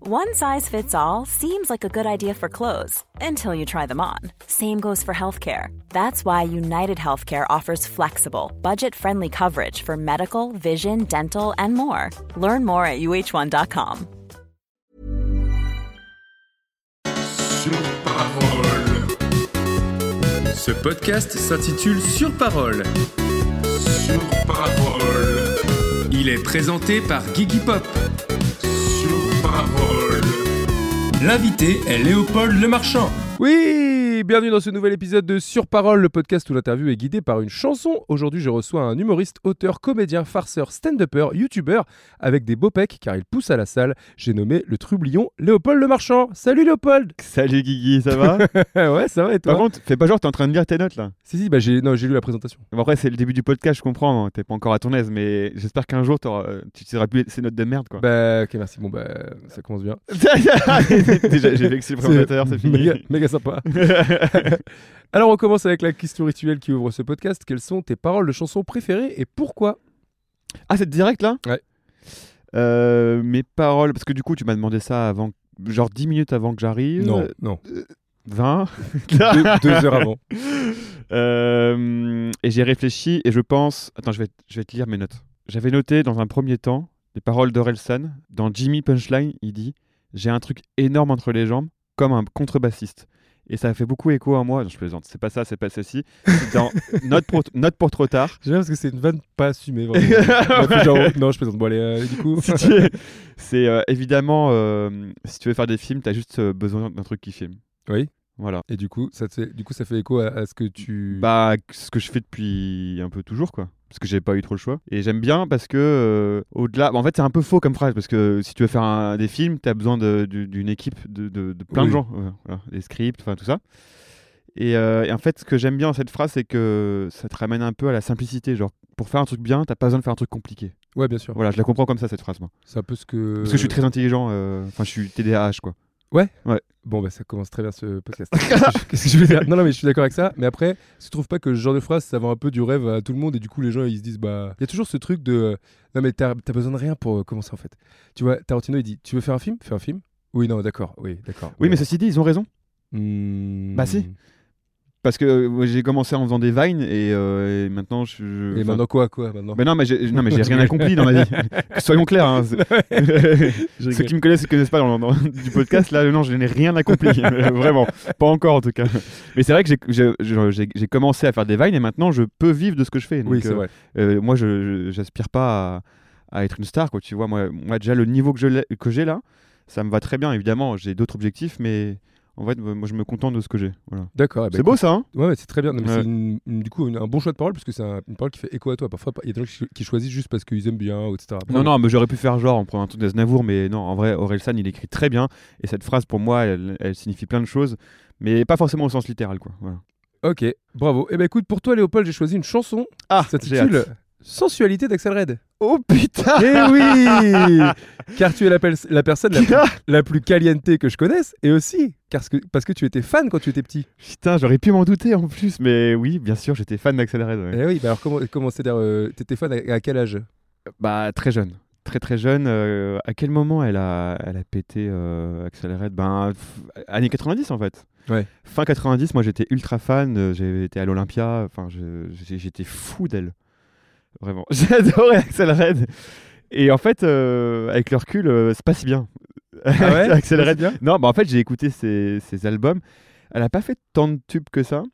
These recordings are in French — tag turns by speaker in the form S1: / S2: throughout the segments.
S1: One size fits all seems like a good idea for clothes until you try them on. Same goes for healthcare. That's why United Healthcare offers flexible, budget friendly coverage for medical, vision, dental, and more. Learn more at uh1.com.
S2: Ce podcast s'intitule Sur Parole.
S3: Sur parole,
S2: Il est présenté par Guigui Pop.
S3: sur parole,
S2: L'invité est Léopold Lemarchand.
S4: Oui, bienvenue dans ce nouvel épisode de Sur Parole, le podcast où l'interview est guidée par une chanson. Aujourd'hui, je reçois un humoriste, auteur, comédien, farceur, stand-upper, youtubeur, avec des beaux pecs car il pousse à la salle. J'ai nommé le trublion Léopold le Marchand. Salut Léopold
S5: Salut Guigui, ça va
S4: Ah Ouais, ça va et
S5: Par
S4: toi
S5: contre, fais pas genre, t'es en train de lire tes notes là.
S4: Si, si, bah, j'ai non, j'ai lu la présentation.
S5: Bon, après, c'est le début du podcast, je comprends, hein, t'es pas encore à ton aise, mais j'espère qu'un jour t'auras- euh, tu tireras plus ces notes de merde quoi.
S4: Bah, ok, merci. Bon, bah, ça commence bien.
S5: Ah, Déjà, j'ai vexé le présentateur, c'est fini.
S4: méga, méga sympa. Alors, on commence avec la question rituelle qui ouvre ce podcast. Quelles sont tes paroles de chansons préférées et pourquoi
S5: ah, c'est direct là
S4: Ouais.
S5: Euh, mes paroles, parce que du coup, tu m'as demandé ça avant, genre 10 minutes avant que j'arrive. euh,
S4: non.
S5: 20
S4: Deux, deux heures avant.
S5: Euh, et j'ai réfléchi et je pense. Attends, je vais, te- je vais te lire mes notes. J'avais noté dans un premier temps les paroles d'Orelsan. Dans Jimmy Punchline, il dit J'ai un truc énorme entre les jambes, comme un contrebassiste. Et ça a fait beaucoup écho à moi. Non, je plaisante, c'est pas ça, c'est pas ceci. C'est Dans note, pour, note pour trop tard.
S4: J'aime parce que c'est une vanne pas assumée. Vraiment. Ouais, puis genre, non, je plaisante. Bon, allez, euh, du coup.
S5: Ah Si tu- c'est euh, évidemment, euh, si tu veux faire des films, t'as juste euh, besoin d'un truc qui filme.
S4: Oui.
S5: Voilà.
S4: Et du coup, ça te fait, du coup, ça fait écho à, à ce que tu.
S5: Bah, ce que je fais depuis un peu toujours, quoi. Parce que j'ai pas eu trop le choix. Et j'aime bien parce que, euh, au-delà. bah, en fait, c'est un peu faux comme phrase. Parce que si tu veux faire un- des films, t'as besoin de- du- d'une équipe de, de- de plein
S4: Oui.
S5: de gens. Ouais, voilà. Des scripts, enfin tout ça. Et, euh, et en fait, ce que j'aime bien dans cette phrase, c'est que ça te ramène un peu à la simplicité. Genre, pour faire un truc bien, t'as pas besoin de faire un truc compliqué.
S4: Ouais, bien sûr.
S5: Voilà, je la comprends comme ça, cette phrase, moi.
S4: C'est un peu ce que.
S5: Parce que je suis très intelligent. euh, Enfin, je suis TDAH, quoi.
S4: Bon, bah, ça commence très bien ce podcast. Qu'est-ce que je veux dire Non, non, mais je suis d'accord avec ça. Mais après, tu trouves pas que ce genre de phrase, ça vend un peu du rêve à tout le monde et du coup, les gens, ils se disent, bah. Il y a toujours ce truc de. euh, Non, mais t'as t'as besoin de rien pour euh, commencer en fait. Tu vois, Tarantino, il dit, tu veux faire un film Fais un film. Oui, non, d'accord. Oui, d'accord.
S5: Oui, mais ceci dit, ils ont raison.
S4: Hmm.
S5: Bah, si. Parce que euh, moi, j'ai commencé en faisant des vines et, euh, et maintenant, je. je-
S4: Et
S5: enfin,
S4: maintenant quoi, quoi maintenant
S5: Mais Oh, ben non, mais j'ai non, mais j'ai rien accompli dans ma vie. Soyons clairs. hein.
S4: Je
S5: Ceux
S4: rigole.
S5: qui me connaissent et ne connaissent pas dans, dans- du podcast, là, non, je n'ai rien accompli. Euh, Vraiment. Pas encore, en tout cas. Mais c'est vrai que j'ai- je- je- j'ai j'ai commencé à faire des vines et maintenant, je peux vivre de ce que je fais. Donc,
S4: Oui, c'est
S5: euh,
S4: vrai.
S5: euh, moi, je je- j'aspire pas à, à être une star, quoi. Tu vois, moi, moi déjà, le niveau que je l'ai- que j'ai là, ça me va très bien. Évidemment, j'ai d'autres objectifs, mais en fait, moi, je me contente de ce que j'ai. Voilà.
S4: D'accord. eh ben,
S5: c'est beau, ça, hein
S4: Ouais, ouais, c'est très bien. Non, mais
S5: Ouais.
S4: C'est une- une- du coup une- un bon choix de parole parce que c'est un- une parole qui fait écho à toi. Parfois, il y a des gens qui, cho- qui choisissent juste parce qu'ils aiment bien, etc.
S5: Non, non, mais j'aurais pu faire genre en prenant un truc d'Aznavour, mais non, en vrai, Orelsan, il écrit très bien, et cette phrase, pour moi, elle, elle signifie plein de choses, mais pas forcément au sens littéral, quoi. Voilà.
S4: Ok, bravo. Eh ben écoute, pour toi, Léopold, j'ai choisi une chanson
S5: Ah,
S4: qui s'intitule Sensualité d'Axel Red.
S5: Oh putain
S4: Eh oui Car tu es la, pers- la personne la, plus- la plus caliente que je connaisse, et aussi parce que, parce que tu étais fan quand tu étais petit.
S5: Putain, j'aurais pu m'en douter en plus, mais oui, bien sûr, j'étais fan d'Axel Red. ouais.
S4: Eh oui, bah alors comment, comment c'est d'ailleurs, euh, T'étais fan à, à quel âge
S5: Bah, très jeune. Très très jeune. euh, à quel moment elle a, elle a pété euh, Axel Red Ben, f- années 90 en fait.
S4: Ouais.
S5: Fin 90, moi j'étais ultra fan. euh, J'avais été à l'Olympia. Enfin, je- j'ai- j'étais fou d'elle. Vraiment. J'adorais Axel Red. Et en fait, euh, avec le recul, euh, c'est pas si bien.
S4: Ah
S5: Axel Red.
S4: bien
S5: Non, bah en fait, j'ai écouté ses, ses albums. Elle a pas fait tant de tubes que ça,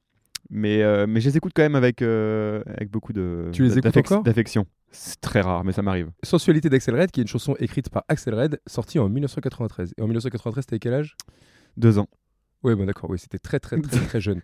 S5: mais, euh, mais je les écoute quand même avec, euh, avec beaucoup de
S4: Tu les écoutes
S5: d'affec-
S4: encore
S5: d'affection. C'est très rare, mais ça m'arrive.
S4: Sensualité d'Axel Red, qui est une chanson écrite par Axel Red, sortie en 1993. Et en 1993, t'avais quel âge
S5: Deux ans.
S4: Oui, bon, d'accord. Oui, c'était très, très, très, très jeune.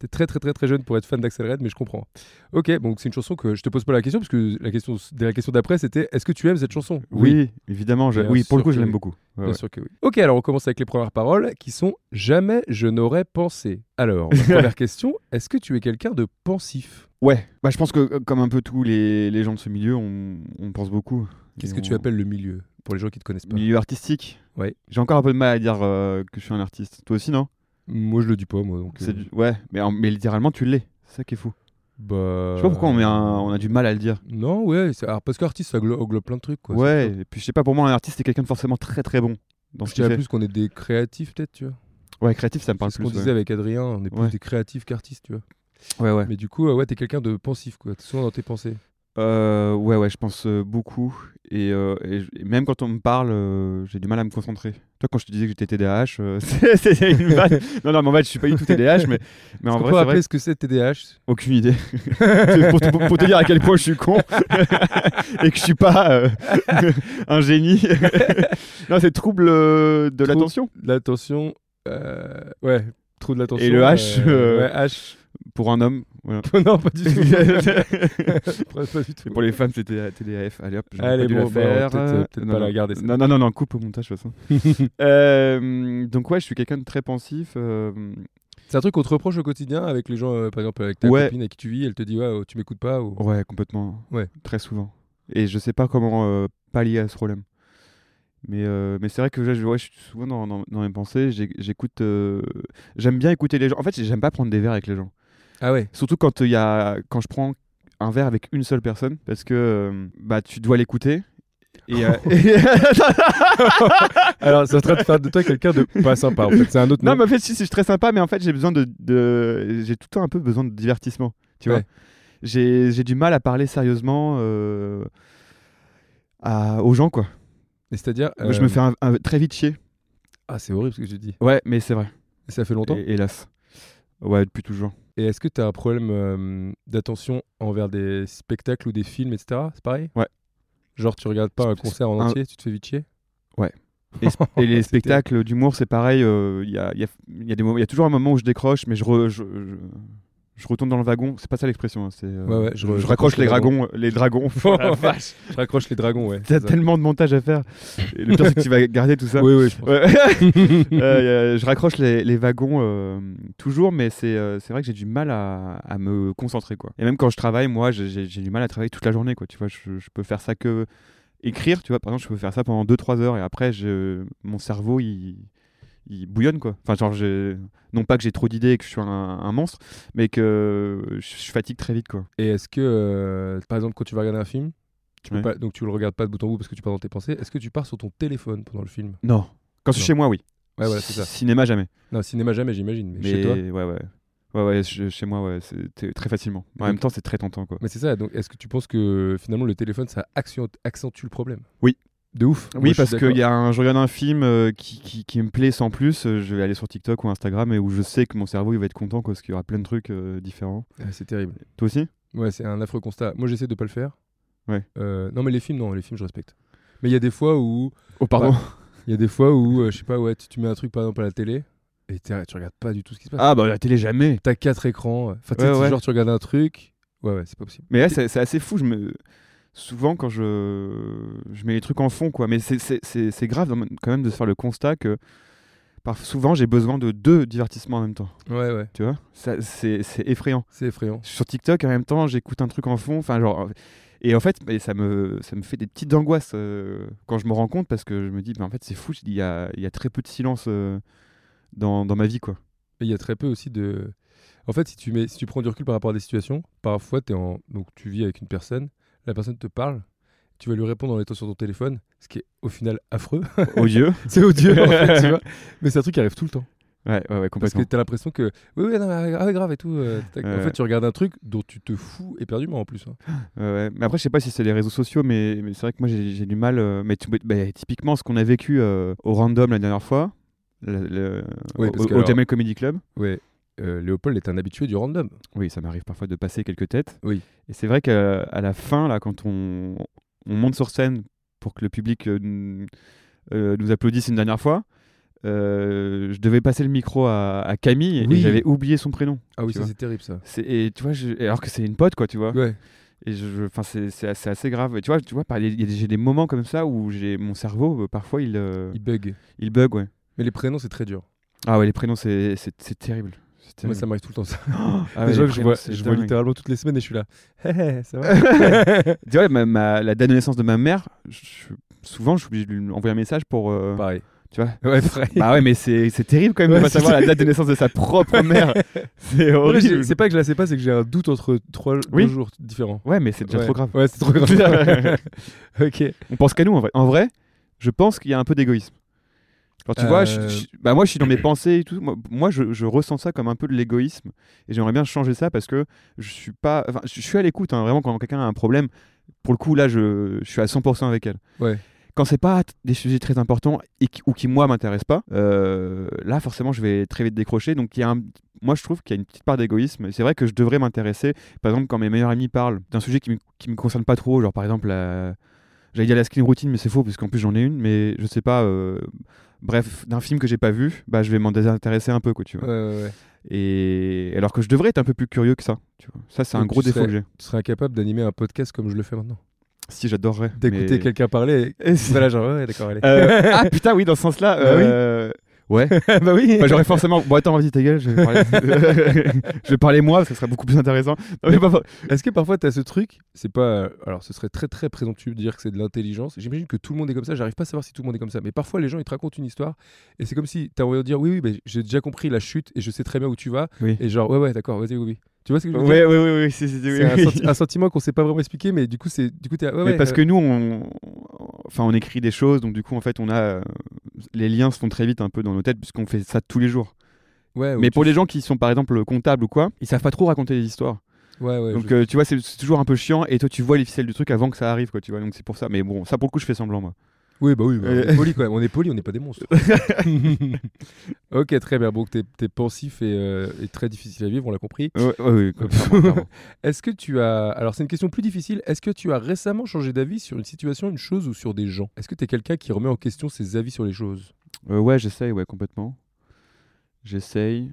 S4: T'es très, très, très, très jeune pour être fan d'Axel Red, mais je comprends. Ok, donc c'est une chanson que je te pose pas la question, parce que la question, la question d'après, c'était est-ce que tu aimes cette chanson
S5: Oui, évidemment. je-
S4: Bien
S5: Oui, pour le
S4: sûr
S5: coup, je
S4: que
S5: l'aime
S4: oui.
S5: beaucoup. Ouais,
S4: Bien
S5: ouais.
S4: sûr que oui. Ok, alors on commence avec les premières paroles qui sont Jamais je n'aurais pensé. Alors, ma première question est-ce que tu es quelqu'un de pensif
S5: Ouais. Bah, je pense que, euh, comme un peu tous les, les gens de ce milieu, on, on pense beaucoup.
S4: Qu'est-ce
S5: Et
S4: que tu
S5: on-
S4: appelles le milieu Pour les gens qui te connaissent pas.
S5: Milieu artistique
S4: Ouais.
S5: J'ai encore un peu de mal à dire euh, que je suis un artiste. Toi aussi, non
S4: Moi, je le dis pas, moi. Donc, euh,
S5: C'est du- Ouais, mais, en- mais littéralement, tu l'es. C'est ça qui est fou.
S4: bah...
S5: Je sais pas pourquoi on, met
S4: euh,
S5: un- on a du mal à le dire.
S4: Non, ouais, c'est- alors, parce qu'artiste, ça glo- englobe plein de trucs. Quoi,
S5: ouais, et puis je sais pas, pour moi, un artiste, c'est quelqu'un de forcément très très bon. dans ce
S4: Je
S5: qu'il
S4: dirais
S5: fait.
S4: plus qu'on est des créatifs, peut-être, tu vois.
S5: Ouais, créatif, ça me
S4: C'est
S5: parle
S4: ce qu'on
S5: plus.
S4: disait
S5: Ouais,
S4: avec Adrien, on est plus
S5: Ouais.
S4: des créatifs qu'artistes, tu vois.
S5: ouais. Ouais,
S4: Mais du coup, euh, ouais, t'es quelqu'un de pensif, quoi. T'es souvent dans tes pensées.
S5: Euh, ouais, ouais, je pense euh, beaucoup. Et, euh, et je- et même quand on me parle, euh, j'ai du mal à me concentrer. Toi, quand je te disais que j'étais TDAH, euh, c'est- c'était une vanne. Non, non, mais en fait, je suis pas du tout TDAH, mais, mais en
S4: On
S5: vrai,
S4: peut
S5: c'est
S4: rappeler
S5: vrai,
S4: ce que c'est TDAH
S5: aucune idée. C'est pour, te- pour- pour te dire à quel point je suis con et que je suis pas euh, un génie. non, c'est trouble euh, de
S4: Trouble.
S5: l'attention.
S4: L'attention, euh, ouais, trop de l'attention.
S5: Et le H, euh,
S4: ouais, H.
S5: Pour un homme, voilà.
S4: non, pas du tout. Ouais, pas du
S5: Et
S4: tout.
S5: pour les femmes, c'était euh, la TDAF. Allez hop, j'aurais
S4: Allez,
S5: pas dû
S4: bon,
S5: la
S4: bah,
S5: faire.
S4: peut-être, euh, peut-être
S5: Non,
S4: pas
S5: non.
S4: la garder, ça.
S5: Non, non, non, non, coupe au montage, de toute façon. Euh, donc, ouais, je suis quelqu'un de très pensif. euh,
S4: C'est un truc qu'on te reproche au quotidien avec les gens, euh, par exemple, avec ta
S5: Ouais.
S4: copine avec qui tu vis, elle te dit, ouais, oh, tu m'écoutes pas. Ou...
S5: ouais, complètement.
S4: Ouais.
S5: Très souvent. Et je sais pas comment euh, pallier à ce problème. Mais, euh, mais c'est vrai que ouais, je, ouais, je suis souvent dans, dans- dans mes pensées. j'ai- J'écoute. euh, j'aime bien écouter les gens. En fait, j'aime pas prendre des verres avec les gens.
S4: Ah ouais.
S5: Surtout quand, euh, il y a, quand je prends un verre avec une seule personne, parce que euh, bah, tu dois l'écouter. Et, euh,
S4: Alors, c'est en train de faire de toi quelqu'un de pas sympa, en fait. C'est un autre
S5: Non,
S4: nom.
S5: mais en fait, si, si, je suis très sympa, mais en fait, j'ai besoin de. de- J'ai tout le temps un peu besoin de divertissement. Tu vois
S4: Ouais.
S5: J'ai j'ai du mal à parler sérieusement euh, à- aux gens, quoi.
S4: Et C'est-à-dire.
S5: Moi, Je me
S4: euh,
S5: fais un- un- très vite chier.
S4: Ah, c'est horrible ce que j'ai dit.
S5: Ouais, mais c'est vrai.
S4: Et ça fait longtemps. Et,
S5: Hé- Hélas. Ouais, depuis toujours.
S4: est-ce que t'as un problème euh, d'attention envers des spectacles ou des films, etc. C'est pareil
S5: Ouais.
S4: Genre, tu regardes pas un
S5: C'est-
S4: concert en
S5: un-
S4: entier, tu te fais vite chier
S5: Et, sp- et les
S4: C'était-
S5: spectacles d'humour, c'est pareil. euh, Il y, a, il y a- il y a des moments- il y a toujours un moment où je décroche, mais je, re- je, je- je retourne dans le wagon. C'est pas ça l'expression. hein, c'est, euh,
S4: Ouais, ouais,
S5: je, je raccroche les dragons. Les dragons.
S4: Oh,
S5: La vache,
S4: Je raccroche les dragons, ouais.
S5: T'as
S4: c'est ça.
S5: tellement de montage à faire. Et le pire, c'est que tu vas garder tout ça.
S4: Oui, oui, je pense.
S5: Ouais. Euh, euh, je raccroche les, les wagons euh, toujours, mais c'est euh, c'est vrai que j'ai du mal à, à me concentrer. Quoi. Et même quand je travaille, moi, j'ai- j'ai j'ai du mal à travailler toute la journée. Quoi. Tu vois, je, je peux faire ça que écrire. Tu vois, par exemple, je peux faire ça pendant 2-3 heures et après, je, mon cerveau, il, il bouillonne. Quoi. Enfin, genre, j'ai- non pas que j'ai trop d'idées et que je suis un, un monstre, mais que je, je fatigue très vite. Quoi.
S4: Et est-ce que, euh, par exemple, quand tu vas regarder un film, tu peux
S5: Ouais.
S4: pas- donc tu le regardes pas de bout en bout parce que tu pars dans tes pensées, est-ce que tu pars sur ton téléphone pendant le film
S5: Non. Quand je suis
S4: Non.
S5: chez moi, oui.
S4: Ouais, voilà, c'est ça.
S5: Cinéma, jamais.
S4: Non, cinéma jamais, j'imagine, mais,
S5: Mais
S4: chez toi.
S5: ouais, ouais. Ouais, ouais, je- chez moi, ouais, c'est t'es- très facilement. En
S4: Donc-
S5: même temps, c'est très tentant, quoi.
S4: Mais c'est ça, donc est-ce que tu penses que finalement le téléphone ça accentue, accentue le problème
S5: Oui.
S4: De ouf. Moi,
S5: Oui,
S4: je suis
S5: parce que
S4: d'accord.
S5: y a un, je regarde un film euh, qui, qui, qui me plaît sans plus, euh, je vais aller sur TikTok ou Instagram et où je sais que mon cerveau il va être content, quoi, parce qu'il y aura plein de trucs euh, différents.
S4: Ouais, Ah, c'est terrible.
S5: Toi aussi
S4: Ouais, c'est un affreux constat. Moi j'essaie de pas le faire.
S5: Ouais.
S4: Euh, non, mais les films, non, les films je respecte. Mais il y a des fois où,
S5: Oh, pardon.
S4: il y a des fois où, euh, je sais pas, ouais, tu, tu mets un truc par exemple à la télé et t'es- tu regardes pas du tout ce qui se passe.
S5: Ah, bah la télé, jamais
S4: T'as quatre écrans. Enfin, tu
S5: Ouais,
S4: sais, c'est
S5: ouais.
S4: genre tu regardes un truc. Ouais, ouais, c'est pas possible.
S5: Mais là, c'est c'est assez fou. Je me... Souvent, quand je... je mets les trucs en fond, quoi. Mais c'est- c'est c'est- c'est grave dans mon- quand même de se faire le constat que par... souvent, j'ai besoin de deux divertissements en même temps.
S4: Ouais, ouais,
S5: Tu vois Ça, C'est c'est effrayant.
S4: c'est effrayant.
S5: Je suis sur TikTok et en même temps j'écoute un truc en fond enfin genre euh, et en fait mais ça me ça me fait des petites angoisses euh, quand je me rends compte parce que je me dis bah, en fait c'est fou il y a il y a très peu de silence euh, dans, dans ma vie quoi
S4: Et il y a très peu aussi de. En fait, si tu, mets, si tu prends du recul par rapport à des situations, parfois es en... Donc, tu vis avec une personne, la personne te parle, tu vas lui répondre en étant sur ton téléphone, ce qui est au final affreux.
S5: odieux
S4: c'est odieux, en fait, tu vois. Mais c'est un truc qui arrive tout le temps.
S5: ouais ouais, ouais
S4: Parce que
S5: complètement
S4: tu as l'impression que. Oui, oui, non, mais, ah, ouais, grave et tout. euh, tac. En
S5: Ouais.
S4: fait, tu regardes un truc dont tu te fous éperdument en plus. hein.
S5: Ouais, ouais. mais après je sais pas si c'est les réseaux sociaux mais, mais c'est vrai que moi j'ai j'ai du mal euh, mais tu- bah, typiquement ce qu'on a vécu euh, au random la dernière fois le- le-
S4: Oui,
S5: au,
S4: parce que
S5: au
S4: alors-
S5: Jamel Comedy Club
S4: Ouais. Euh, Léopold est un habitué du random.
S5: Oui, ça m'arrive parfois de passer quelques têtes.
S4: Oui.
S5: Et c'est vrai qu'à à la fin, là, quand on, on monte sur scène pour que le public euh, n- euh, nous applaudisse une dernière fois, euh, je devais passer le micro à, à Camille et-
S4: Oui.
S5: et j'avais oublié son prénom.
S4: Ah oui,
S5: Tu
S4: ça
S5: vois.
S4: c'est terrible ça.
S5: C'est- Et tu vois, je- et alors que c'est une pote, quoi, tu vois.
S4: Ouais.
S5: Et je, je- enfin, c'est c'est assez, assez grave. Et tu vois, tu vois, par- il y a des- j'ai des moments comme ça où j'ai mon cerveau, euh, parfois, il, euh,
S4: Il bug.
S5: il bug, ouais.
S4: Mais les prénoms, c'est très dur.
S5: Ah ouais, les prénoms, c'est c'est- c'est terrible. C'est
S4: Moi,
S5: terrible.
S4: ça m'arrive tout le temps. Ça.
S5: Ah ouais,
S4: Déjà que
S5: les
S4: je
S5: prénoms,
S4: vois,
S5: c'est
S4: je vois
S5: dingue.
S4: littéralement toutes les semaines et je suis là. Hé, hé, ça va
S5: Tu vois, ma, ma- la date de naissance de ma mère, je- je- souvent, je suis obligé de lui envoyer un message pour. euh,
S4: Pareil.
S5: tu vois
S4: Ouais, pareil.
S5: Bah ouais, mais c'est c'est terrible quand même
S4: Bah. Ouais,
S5: de pas
S4: c'est
S5: savoir la
S4: terrible.
S5: date de naissance de sa propre mère. C'est
S4: Non, mais
S5: Oh, horrible.
S4: j'ai- c'est pas que je la sais pas, c'est que j'ai un doute entre trois deux
S5: Oui.
S4: jours différents.
S5: Ouais, mais c'est déjà
S4: Ouais.
S5: trop grave.
S4: Ouais, c'est trop grave. ok.
S5: On pense qu'à nous en vrai. En vrai, je pense qu'il y a un peu d'égoïsme. Genre, tu vois,
S4: Euh,
S5: je- je- bah moi je suis dans mes pensées et tout. Moi, moi, je, je ressens ça comme un peu de l'égoïsme et j'aimerais bien changer ça parce que je suis pas. Enfin, je suis à l'écoute, hein, vraiment, quand quelqu'un a un problème, pour le coup, là, je, je suis à 100% avec elle.
S4: Ouais.
S5: Quand c'est pas t- des sujets très importants et qui- ou qui, moi, m'intéressent pas, euh, là, forcément, je vais très vite décrocher. Donc, il y a un- moi, je trouve qu'il y a une petite part d'égoïsme. Et C'est vrai que je devrais m'intéresser, par exemple, quand mes meilleurs amis parlent d'un sujet qui me, qui me concerne pas trop, genre, par exemple, la- J'allais dire la skin routine, mais c'est faux, parce qu'en plus j'en ai une, mais je sais pas, euh, bref, d'un film que j'ai pas vu, bah je vais m'en désintéresser un peu, quoi, tu vois.
S4: Ouais, ouais, ouais.
S5: Et alors que je devrais être un peu plus curieux que ça, tu vois. Ça, c'est
S4: Donc
S5: un gros
S4: tu
S5: défaut
S4: serais-
S5: que j'ai.
S4: Tu serais incapable d'animer un podcast comme je le fais maintenant.
S5: Si, j'adorerais.
S4: D'écouter
S5: mais-
S4: quelqu'un parler.
S5: Et
S4: Et...
S5: c'est-
S4: Voilà, genre, ouais, d'accord, allez.
S5: Euh, ah putain, oui, dans ce sens-là.
S4: Bah oui.
S5: euh, Ouais.
S4: bah oui.
S5: Enfin, J'aurais forcément. Bon, attends, vas-y, ta gueule, je vais parler, je vais parler moi, parce que ce serait beaucoup plus intéressant. Non, mais pas- pas-
S4: Est-ce que parfois t'as ce truc C'est pas. euh, Alors, ce serait très très présomptueux de dire que c'est de l'intelligence. J'imagine que tout le monde est comme ça. J'arrive pas à savoir si tout le monde est comme ça. Mais parfois, les gens ils te racontent une histoire et c'est comme si t'as envie de dire oui, oui, ben, j'ai déjà compris la chute et je sais très bien où tu vas.
S5: Oui.
S4: Et genre ouais, ouais, d'accord, vas-y, oui, oui. Tu vois ce que je veux
S5: Ouais, ouais,
S4: dire
S5: ouais, ouais, si, si, si, oui,
S4: C'est un,
S5: oui.
S4: senti- un sentiment qu'on sait pas vraiment expliquer, mais du coup c'est du coup t'es ah, ouais,
S5: Mais
S4: ouais,
S5: parce
S4: euh,
S5: que nous, on... Enfin, on écrit des choses, donc du coup, en fait, on a. euh, Les liens se font très vite un peu dans nos têtes, puisqu'on fait ça tous les jours.
S4: ouais,
S5: Mais
S4: ou
S5: pour les gens qui sont, par exemple, comptables ou quoi, ils savent pas trop raconter les histoires.
S4: tu- ouais, ouais,
S5: Donc
S4: je-
S5: euh, tu vois, c'est c'est toujours un peu chiant et toi tu vois les ficelles du truc avant que ça arrive quoi, tu vois. Donc c'est pour ça. Mais bon, ça pour le coup je fais semblant moi.
S4: oui, bah oui, bah, on
S5: Euh,
S4: est poli quand même. On est poli, on n'est pas des monstres. ok, très bien. Bon, t'es t'es pensif et, euh, et très difficile à vivre, on l'a compris.
S5: Ouais, ouais, ouais, comme ça, moi, clairement.
S4: Est-ce que tu as. Alors, c'est une question plus difficile. Est-ce que tu as récemment changé d'avis sur une situation, une chose ou sur des gens Est-ce que tu es quelqu'un qui remet en question ses avis sur les choses
S5: Euh, ouais, j'essaye, ouais, complètement. J'essaye.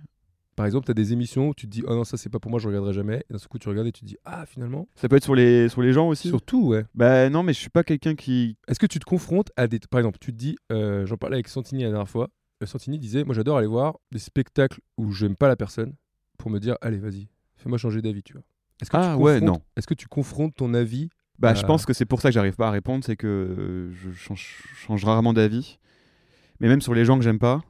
S4: Par exemple, tu as des émissions où tu te dis Oh non, ça c'est pas pour moi, je regarderai jamais. Et d'un seul coup, tu regardes et tu te dis Ah, finalement
S5: Ça peut être sur les, sur les gens aussi
S4: Surtout, ouais.
S5: Bah non, mais je suis pas quelqu'un qui.
S4: Est-ce que tu te confrontes à des. Par exemple, tu te dis euh, J'en parlais avec Santini la dernière fois. Euh, Santini disait Moi, j'adore aller voir des spectacles où j'aime pas la personne pour me dire Allez, vas-y, fais-moi changer d'avis, tu vois. Est-ce que tu
S5: Ah, ouais,
S4: confrontes-
S5: non.
S4: Est-ce que tu confrontes ton avis
S5: Bah
S4: Euh.
S5: je pense que c'est pour ça que j'arrive pas à répondre, c'est que euh, je change, change rarement d'avis. Mais même sur les gens que j'aime pas,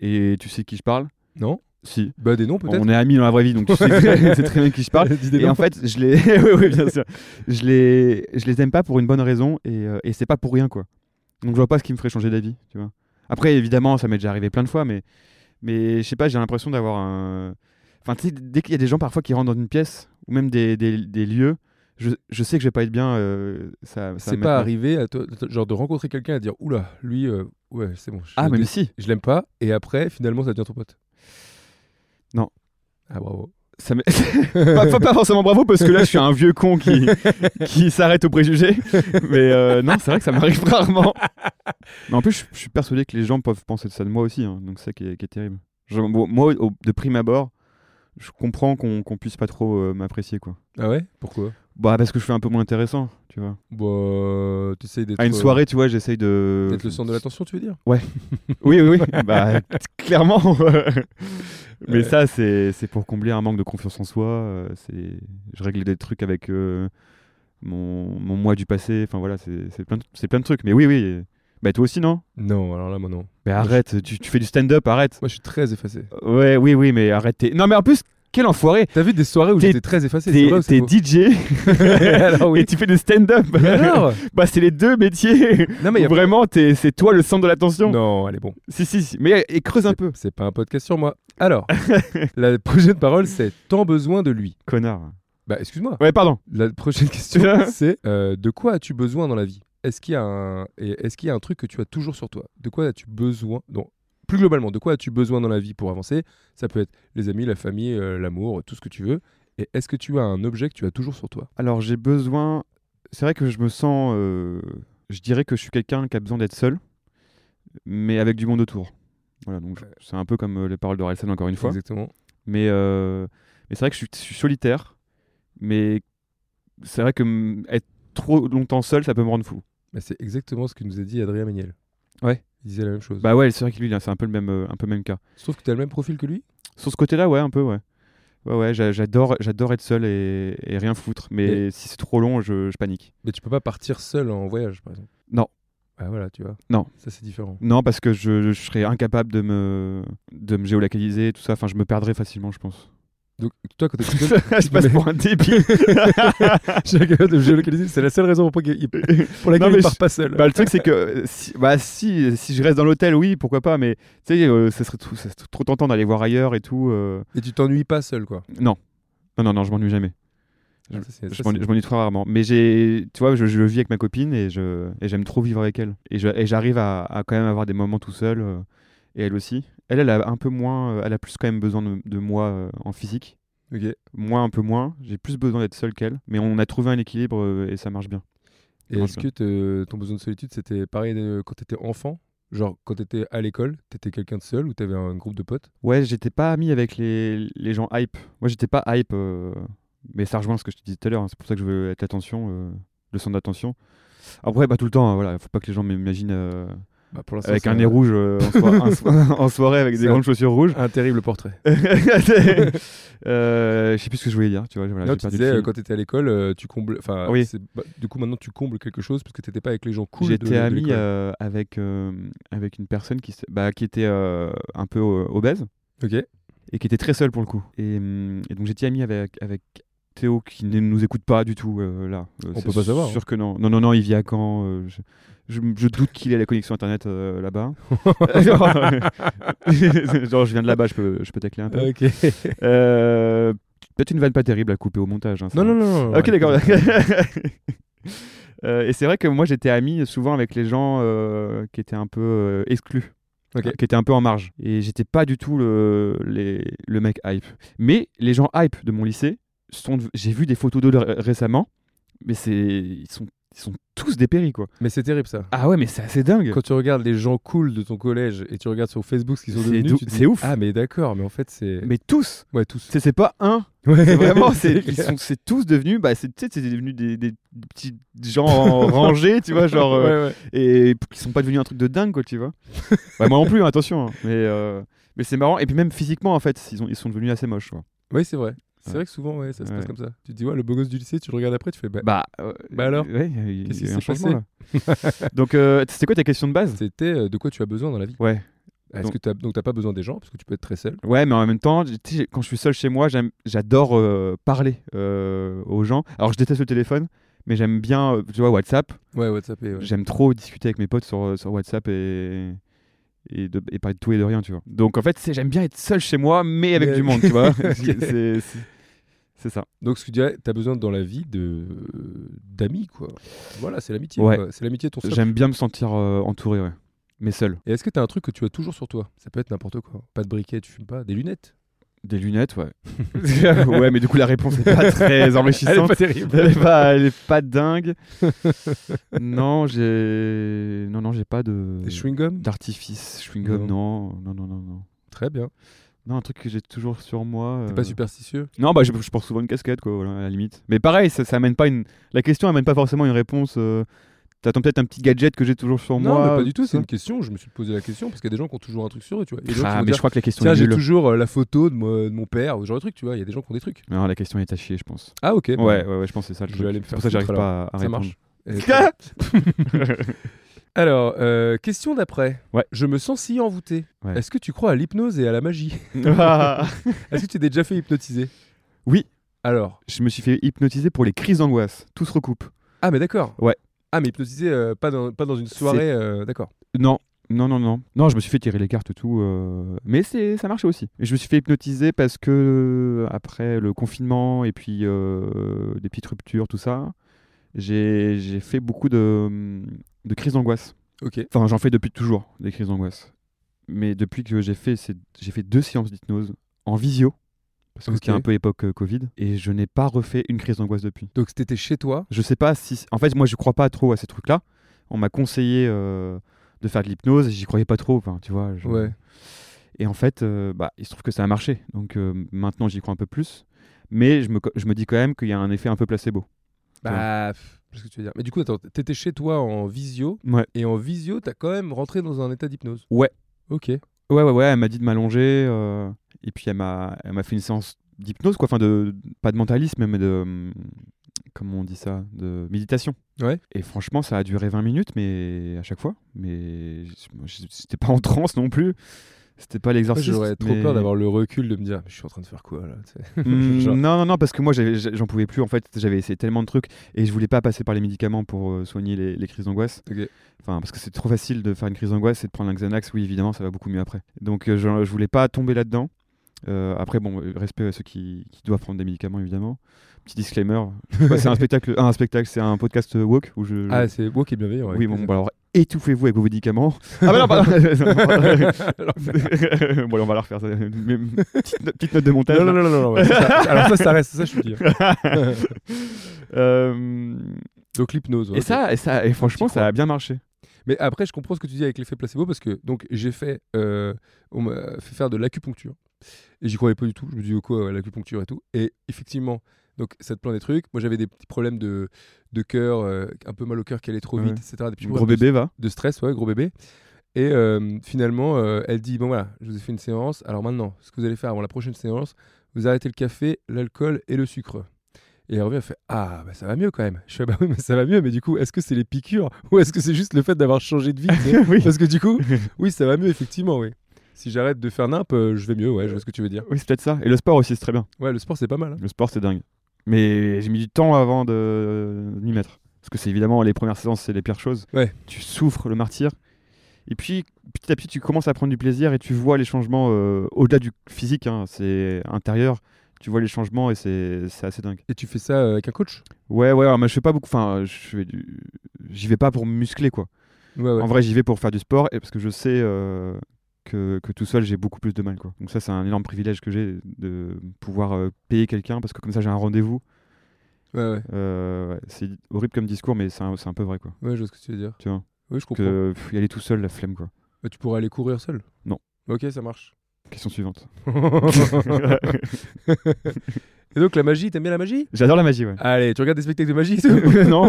S5: et tu sais de qui je parle
S4: Non
S5: Si.
S4: Bah, des noms peut-être
S5: On est amis dans la vraie vie, donc tu sais c'est très bien de qui je parle.
S4: Dis des
S5: Et
S4: noms.
S5: en fait, je les, oui, oui, bien sûr. je les, je les aime pas pour une bonne raison et, euh, et c'est pas pour rien quoi. Donc je vois pas ce qui me ferait changer d'avis, tu vois. Après, évidemment, ça m'est déjà arrivé plein de fois, mais, mais je sais pas, j'ai l'impression d'avoir un. Enfin, tu sais, dès qu'il y a des gens parfois qui rentrent dans une pièce ou même des, des, des lieux, je, je sais que je vais pas être bien. euh, ça, ça
S4: C'est
S5: me
S4: pas
S5: met-
S4: arrivé à te- te- genre de rencontrer quelqu'un et dire oula, lui, euh, ouais, c'est bon. Je
S5: Ah,
S4: le
S5: mais,
S4: dé-
S5: si,
S4: je l'aime pas. Et après, finalement, ça devient ton pote.
S5: Non.
S4: Ah bravo.
S5: ça me- pas, pas- pas forcément bravo parce que là je suis un vieux con qui, qui s'arrête aux préjugés. Mais euh, non, c'est vrai que ça m'arrive rarement. Mais en plus, je, je suis persuadé que les gens peuvent penser de ça de moi aussi. hein, donc c'est ça qui est, qui est terrible. Je- bon, moi, au- de prime abord, je comprends qu'on qu'on puisse pas trop euh, m'apprécier. quoi.
S4: Ah ouais Pourquoi
S5: Bah, parce que je suis un peu moins intéressant, tu vois.
S4: Bah, tu d'être.
S5: À une
S4: euh,
S5: soirée, euh, tu vois, j'essaye de.
S4: D'être le centre de l'attention, tu veux dire
S5: Oui, oui, oui. bah, clairement.
S4: Euh.
S5: Mais
S4: Ouais.
S5: ça, c'est c'est pour combler un manque de confiance en soi. euh, c'est- Je règle des trucs avec euh, mon, mon moi du passé. Enfin, voilà, c'est c'est plein, de- c'est plein de trucs. Mais oui, oui. Bah, toi aussi, non
S4: Non, alors là, moi non.
S5: Mais
S4: Moi, je-
S5: arrête, tu, tu fais du stand-up, arrête.
S4: Moi, je suis très effacé.
S5: Ouais, oui, oui, mais arrête. t'es- Non, mais en plus, quel enfoiré
S4: T'as vu des soirées où
S5: T'es-
S4: j'étais très effacé
S5: T'es
S4: c'est vrai ou c'est
S5: t'es
S4: faux
S5: DJ
S4: Alors
S5: et
S4: oui.
S5: tu fais du stand-up.
S4: Mais alors
S5: bah, c'est les deux métiers.
S4: Non, mais
S5: Mais
S4: y a pas-
S5: Vraiment, t'es- c'est toi le centre de l'attention.
S4: Non, allez, bon.
S5: Si, si, si. Mais et creuse un
S4: C'est-
S5: peu.
S4: C'est pas un podcast sur moi. Alors, la prochaine parole, c'est Tant besoin de lui.
S5: Connard.
S4: Bah, excuse-moi.
S5: Ouais, pardon.
S4: La prochaine question, c'est euh, de quoi as-tu besoin dans la vie Est-ce qu'il y a un et est-ce qu'il y a un truc que tu as toujours sur toi De quoi as-tu besoin Non, plus globalement, de quoi as-tu besoin dans la vie pour avancer Ça peut être les amis, la famille, euh, l'amour, tout ce que tu veux. Et est-ce que tu as un objet que tu as toujours sur toi
S5: Alors j'ai besoin. C'est vrai que je me sens. euh, Je dirais que je suis quelqu'un qui a besoin d'être seul, mais avec du monde autour. Voilà, donc je- c'est un peu comme euh, les paroles de Relsan encore une fois.
S4: Exactement.
S5: Mais, euh, mais c'est vrai que je suis, je suis solitaire, mais c'est vrai que mm, être trop longtemps seul, ça peut me rendre fou.
S4: Bah, c'est exactement ce que nous a dit Adrien Méniel.
S5: Ouais.
S4: Il disait la même chose.
S5: Bah ouais, c'est vrai que lui, là, c'est un peu le même, euh, un peu le même cas.
S4: Je trouve que tu as le même profil que lui.
S5: Sur ce côté-là, ouais, un peu, ouais. Ouais, ouais, j'a- j'adore, j'adore être seul et, et rien foutre, mais si c'est trop long, je, je panique.
S4: Mais tu peux pas partir seul en voyage, par exemple.
S5: Non.
S4: Ah voilà, tu vois.
S5: Non.
S4: Ça c'est différent.
S5: Non, parce que je, je serais incapable de me, de me géolocaliser, tout ça. Enfin, je me perdrais facilement, je pense.
S4: Donc, toi, quand t'es jeune,
S5: Je passe pour un débile.
S4: j'ai la capacité de géolocaliser. C'est la seule raison pour, laquelle il- pour laquelle
S5: Non, mais
S4: il part
S5: je-
S4: pas seul.
S5: Bah, le truc, c'est que euh, si, bah, si, si je reste dans l'hôtel, oui, pourquoi pas, mais tu sais, euh, ça serait tout- ça serait trop tentant d'aller voir ailleurs et tout. euh,
S4: Et tu t'ennuies pas seul, quoi.
S5: Non. Non, non, non, je m'ennuie jamais.
S4: Ça, c'est- ça,
S5: Je m'ennuie je m'ennuie très rarement. Mais j'ai, tu vois, je, je vis avec ma copine et je et j'aime trop vivre avec elle. Et je- et j'arrive à, à quand même avoir des moments tout seul. euh, et elle aussi. Elle, elle a un peu moins, euh, elle a plus quand même besoin de, de moi euh, en physique.
S4: c'est- ok.
S5: Moi, un peu moins. J'ai plus besoin d'être seul qu'elle. Mais on a trouvé un équilibre euh, et ça marche bien.
S4: Et
S5: Comment
S4: est-ce
S5: ça
S4: que te- ton besoin de solitude, c'était pareil euh, quand t'étais enfant Genre, quand t'étais à l'école, t'étais quelqu'un de seul ou t'avais un groupe de potes
S5: Ouais, j'étais pas ami avec les, les gens hype. Moi, j'étais pas hype. euh, mais ça rejoint ce que je te disais tout à l'heure. hein. C'est pour ça que je veux être l'attention, euh, le centre d'attention. Après, pas tout le temps. hein, voilà, faut pas que les gens m'imaginent. euh,
S4: Bah, pour l'instant,
S5: avec
S4: c'est
S5: un nez rouge euh, en, soi- en so- en soirée avec des
S4: Ça-
S5: grandes chaussures rouges.
S4: Un terrible portrait.
S5: Euh, je sais plus ce que je voulais dire, tu vois. voilà,
S4: Non,
S5: j'ai
S4: tu
S5: perdu le
S4: disais, euh,
S5: fil.
S4: quand t'étais à l'école, euh, tu combles. Enfin,
S5: Oui.
S4: c'est- bah, du coup, maintenant, tu combles quelque chose parce que t'étais pas avec les gens cool. de- de
S5: J'étais ami
S4: l'école.
S5: euh, avec, euh, avec une personne qui, s- bah, qui était euh, un peu euh, obèse
S4: Ok.
S5: et qui était très seule pour le coup. Et, hum, et donc j'étais ami avec, avec Théo qui ne nous écoute pas du tout euh, là. Euh,
S4: On
S5: c'est
S4: peut pas savoir, hein.
S5: sûr que non. Non, non, non, il vit à Caen. euh, je, je- je doute qu'il ait la connexion internet euh, là-bas. Genre, je viens de là-bas, je peux, je peux tacler un peu.
S4: Ok.
S5: Euh, Peut-être une vanne pas terrible à couper au montage. hein, ça.
S4: non, non, non. non,
S5: Ok,
S4: ouais.
S5: d'accord. Euh, et c'est vrai que moi j'étais ami souvent avec les gens euh, qui étaient un peu euh, exclus,
S4: Ok.
S5: euh, qui étaient un peu en marge. Et j'étais pas du tout le, les- le mec hype. Mais les gens hype de mon lycée, sont dev- j'ai vu des photos d'eux ré- récemment, mais c'est ils sont, ils sont tous dépéris quoi.
S4: Mais c'est terrible ça.
S5: Ah ouais, mais c'est assez dingue.
S4: Quand tu regardes les gens cool de ton collège et tu regardes sur Facebook ce qu'ils sont
S5: C'est
S4: devenus,
S5: dou-
S4: tu te
S5: c'est
S4: dis,
S5: ouf.
S4: Ah, mais d'accord, mais en fait, c'est.
S5: Mais tous,
S4: Ouais, tous.
S5: c'est c'est pas un C'est vraiment, c'est ils sont- c'est tous devenus, bah, c'est tu sais, c'est devenu des, des petits gens en- rangés, tu vois, genre, euh,
S4: Ouais, ouais.
S5: et p- qui sont pas devenus un truc de dingue, quoi, tu vois. Ouais, moi non plus, hein, attention, hein, mais, euh, mais c'est marrant. Et puis même physiquement, en fait, ils, ont, ils sont devenus assez moches, quoi.
S4: Oui, c'est vrai. C'est
S5: Ouais.
S4: vrai que souvent, ouais, ça se passe
S5: Ouais.
S4: comme ça. Tu te dis, ouais, le beau gosse du lycée, tu le regardes après, tu fais, bah,
S5: Bah, euh,
S4: Bah alors
S5: ouais, il y a eu-
S4: Qu'est-ce
S5: il
S4: qui
S5: y a eu un
S4: s'est
S5: changement, là. Donc, euh, c'était quoi ta question de base
S4: c'était euh, de quoi tu as besoin dans la vie.
S5: Ouais.
S4: Est-ce
S5: Donc-
S4: que t'as- donc t'as pas besoin des gens parce que tu peux être très seul.
S5: Ouais, mais en même temps, tu sais, quand je suis seul chez moi, j'aime- j'adore euh, parler euh, aux gens. Alors, je déteste le téléphone, mais j'aime bien, euh, tu vois, WhatsApp.
S4: Ouais, WhatsApp et ouais.
S5: J'aime trop discuter avec mes potes sur, euh, sur WhatsApp et, et, de, et parler de tout et de rien, tu vois. Donc en fait, c'est- j'aime bien être seul chez moi, mais avec
S4: Mais-
S5: du monde, tu vois. C'est-
S4: Ok.
S5: c'est- c'est- C'est ça.
S4: Donc ce que tu dirais, t'as besoin dans la vie de euh, d'amis quoi. Voilà, c'est l'amitié.
S5: Ouais.
S4: quoi. C'est l'amitié ton socle.
S5: J'aime bien me sentir euh, entouré, ouais. Mais seul.
S4: Et est-ce que t'as un truc que tu as toujours sur toi Ça peut être n'importe quoi. Pas de briquet, tu fumes pas, des lunettes.
S5: Des lunettes, ouais. ouais, mais du coup, la réponse n'est pas très enrichissante.
S4: terrible.
S5: Elle est pas, elle est pas dingue. non, j'ai. Non, non, j'ai pas de.
S4: Des chewing gum.
S5: D'artifice. Chewing-gum, non. Non, non, non, non.
S4: Très bien.
S5: Non, un truc que j'ai toujours sur moi.
S4: T'es
S5: euh,
S4: pas superstitieux.
S5: Non, bah, je, je porte souvent une casquette, quoi, voilà, à la limite. Mais pareil, ça, ça amène pas une. La question amène pas forcément une réponse. euh, T'attends peut-être un petit gadget que j'ai toujours sur
S4: non,
S5: moi.
S4: mais pas du tout. C'est
S5: ça.
S4: une question. Je me suis posé la question parce qu'il y a des gens qui ont toujours un truc sur eux, tu vois. Il y a des gens qui
S5: Ah,
S4: vont
S5: mais
S4: dire,
S5: je crois que la question
S4: Tiens,
S5: est
S4: j'ai
S5: nulle.
S4: toujours euh, la photo de, moi- de mon père ou ce genre de truc, tu vois. Il y a des gens qui ont des trucs.
S5: Non, la question est à chier, je pense.
S4: Ah ok. bah,
S5: Ouais, ouais, ouais, je pense que c'est ça le
S4: Je
S5: truc.
S4: vais aller me
S5: C'est
S4: faire
S5: pour ça que j'arrive
S4: foutre,
S5: pas
S4: ça
S5: à répondre.
S4: marche. Et ça- Euh, Alors, euh, question d'après.
S5: Ouais.
S4: Je me sens si envoûté.
S5: Ouais.
S4: Est-ce que tu crois à l'hypnose et à la magie
S5: Ah
S4: Est-ce que tu t'es déjà fait hypnotiser
S5: Oui.
S4: Alors.
S5: je me suis fait hypnotiser pour les crises d'angoisse. Tout se recoupe.
S4: Ah, mais d'accord.
S5: Ouais.
S4: Ah, mais hypnotiser, euh, pas, dans, pas dans une soirée, euh, d'accord.
S5: Non. Non, non, non. Non, je me suis fait tirer les cartes et tout. euh, Mais c'est, ça marchait aussi. Et je me suis fait hypnotiser parce que, euh, après le confinement et puis euh, des petites ruptures, tout ça, j'ai, j'ai fait beaucoup de, hum, de crises d'angoisse.
S4: Ok.
S5: Enfin, j'en fais depuis toujours, des crises d'angoisse. Mais depuis que j'ai fait, ces- j'ai fait deux séances d'hypnose en visio, parce que
S4: Ok.
S5: c'était un peu époque euh, Covid, et je n'ai pas refait une crise d'angoisse depuis.
S4: Donc, t'étais chez toi.
S5: Je sais pas si. En fait, moi, je crois pas trop à ces trucs-là. On m'a conseillé euh, de faire de l'hypnose et j'y croyais pas trop. Enfin, tu vois. je-
S4: Ouais.
S5: Et en fait, euh, bah, il se trouve que ça a marché. Donc euh, maintenant, j'y crois un peu plus. Mais je me, co- je me dis quand même qu'il y a un effet un peu placebo.
S4: Bah, pff, je sais ce que tu veux dire. Mais du coup, attends, t'étais chez toi en visio.
S5: Ouais.
S4: Et en visio, t'as quand même rentré dans un état d'hypnose.
S5: Ouais.
S4: Ok.
S5: Ouais, ouais, ouais. Elle m'a dit de m'allonger. euh, et puis, elle m'a elle m'a fait une séance d'hypnose, quoi. Enfin, de, pas de mentalisme, mais de. hum, Comment on dit ça De méditation.
S4: Ouais.
S5: Et franchement, ça a duré 20 minutes, mais à chaque fois. Mais j- moi, j- j'étais pas en transe non plus. C'était pas l'exorciste.
S4: J'aurais trop
S5: mais-
S4: peur d'avoir le recul de me dire, je suis en train de faire quoi là tu sais.
S5: Mm,
S4: Genre.
S5: Non, non, non, parce que moi j'avais- j'a- j'en pouvais plus. En fait, j'avais essayé tellement de trucs et je voulais pas passer par les médicaments pour euh, soigner les, les crises d'angoisse.
S4: Ok.
S5: Enfin, parce que c'est trop facile de faire une crise d'angoisse et de prendre un Xanax. Oui, évidemment, ça va beaucoup mieux après. Donc, euh, je, je voulais pas tomber là-dedans. Euh, après, bon, euh, respect à ceux qui, qui doivent prendre des médicaments, évidemment. Petit disclaimer. Ouais, c'est un spectacle, ah, un spectacle, c'est un podcast euh, woke où je.
S4: Ah, c'est moi qui est bienveillant. ouais.
S5: oui, bon, bah alors étouffez-vous avec vos médicaments. Ah, bah non, pardon. bon, allez, on va la refaire. ça. Mais- Petite, no- petite note de montage.
S4: Non,
S5: là.
S4: non, non, non, non, ouais, ça, ça- alors ça, ça reste, ça je hein. peux dire.
S5: Euh,
S4: Donc l'hypnose. ouais,
S5: et,
S4: ok.
S5: ça, et ça, et franchement,
S4: J'y crois.
S5: ça a bien marché.
S4: Mais après, je comprends ce que tu dis avec l'effet placebo parce que donc j'ai fait, euh, on m'a fait faire de l'acupuncture et j'y croyais pas du tout. Je me dis oh, quoi ouais, l'acupuncture et tout. Et effectivement, donc ça te plein des trucs. Moi, j'avais des petits problèmes de de cœur, euh, un peu mal au cœur qui allait trop
S5: Ouais.
S4: vite, etc. Des petits
S5: Gros
S4: problèmes de-
S5: bébé va.
S4: de stress, ouais, gros bébé. Et euh, finalement, euh, elle dit bon voilà, je vous ai fait une séance. Alors maintenant, ce que vous allez faire avant la prochaine séance, vous arrêtez le café, l'alcool et le sucre. Et elle revient, elle fait ah bah ça va mieux quand même. Je fais bah oui mais ça va mieux, mais du coup est-ce que c'est les piqûres ou est-ce que c'est juste le fait d'avoir changé de vie tu sais
S5: oui,
S4: Parce que du coup, oui ça va mieux effectivement oui. Si j'arrête de faire nimp, euh, je vais mieux ouais. Je vois ce que tu veux dire.
S5: Oui, c'est peut-être ça. Et le sport aussi, c'est très bien.
S4: Ouais le sport c'est pas mal. hein.
S5: Le sport, c'est dingue. Mais j'ai mis du temps avant de m'y mettre. Parce que c'est évidemment les premières séances, c'est les pires choses.
S4: Ouais.
S5: Tu souffres le martyr. Et puis, petit à petit, tu commences à prendre du plaisir et tu vois les changements euh, au-delà du physique, hein, c'est intérieur. Tu vois les changements et c'est c'est assez dingue.
S4: Et tu fais ça euh, avec un coach
S5: Ouais, ouais, alors, mais je fais pas beaucoup. Enfin, je fais du- j'y vais pas pour me muscler, quoi.
S4: Ouais ouais.
S5: En vrai, j'y vais pour faire du sport et parce que je sais euh, que, que tout seul, j'ai beaucoup plus de mal. Quoi. Donc ça, c'est un énorme privilège que j'ai de pouvoir euh, payer quelqu'un parce que comme ça, j'ai un rendez-vous.
S4: Ouais, ouais.
S5: Euh, ouais, c'est horrible comme discours, mais c'est un, c'est un peu vrai. Quoi.
S4: Ouais, je vois ce que tu veux dire.
S5: Tu vois,
S4: Oui je comprends.
S5: que pff, y aller tout seul, la flemme. Quoi.
S4: Bah, tu pourrais aller courir seul.
S5: Non.
S4: Ok ça marche.
S5: Question suivante.
S4: Et donc la magie, t'aimes bien la magie
S5: J'adore la magie, ouais.
S4: Allez, tu regardes des spectacles de magie et tout
S5: non.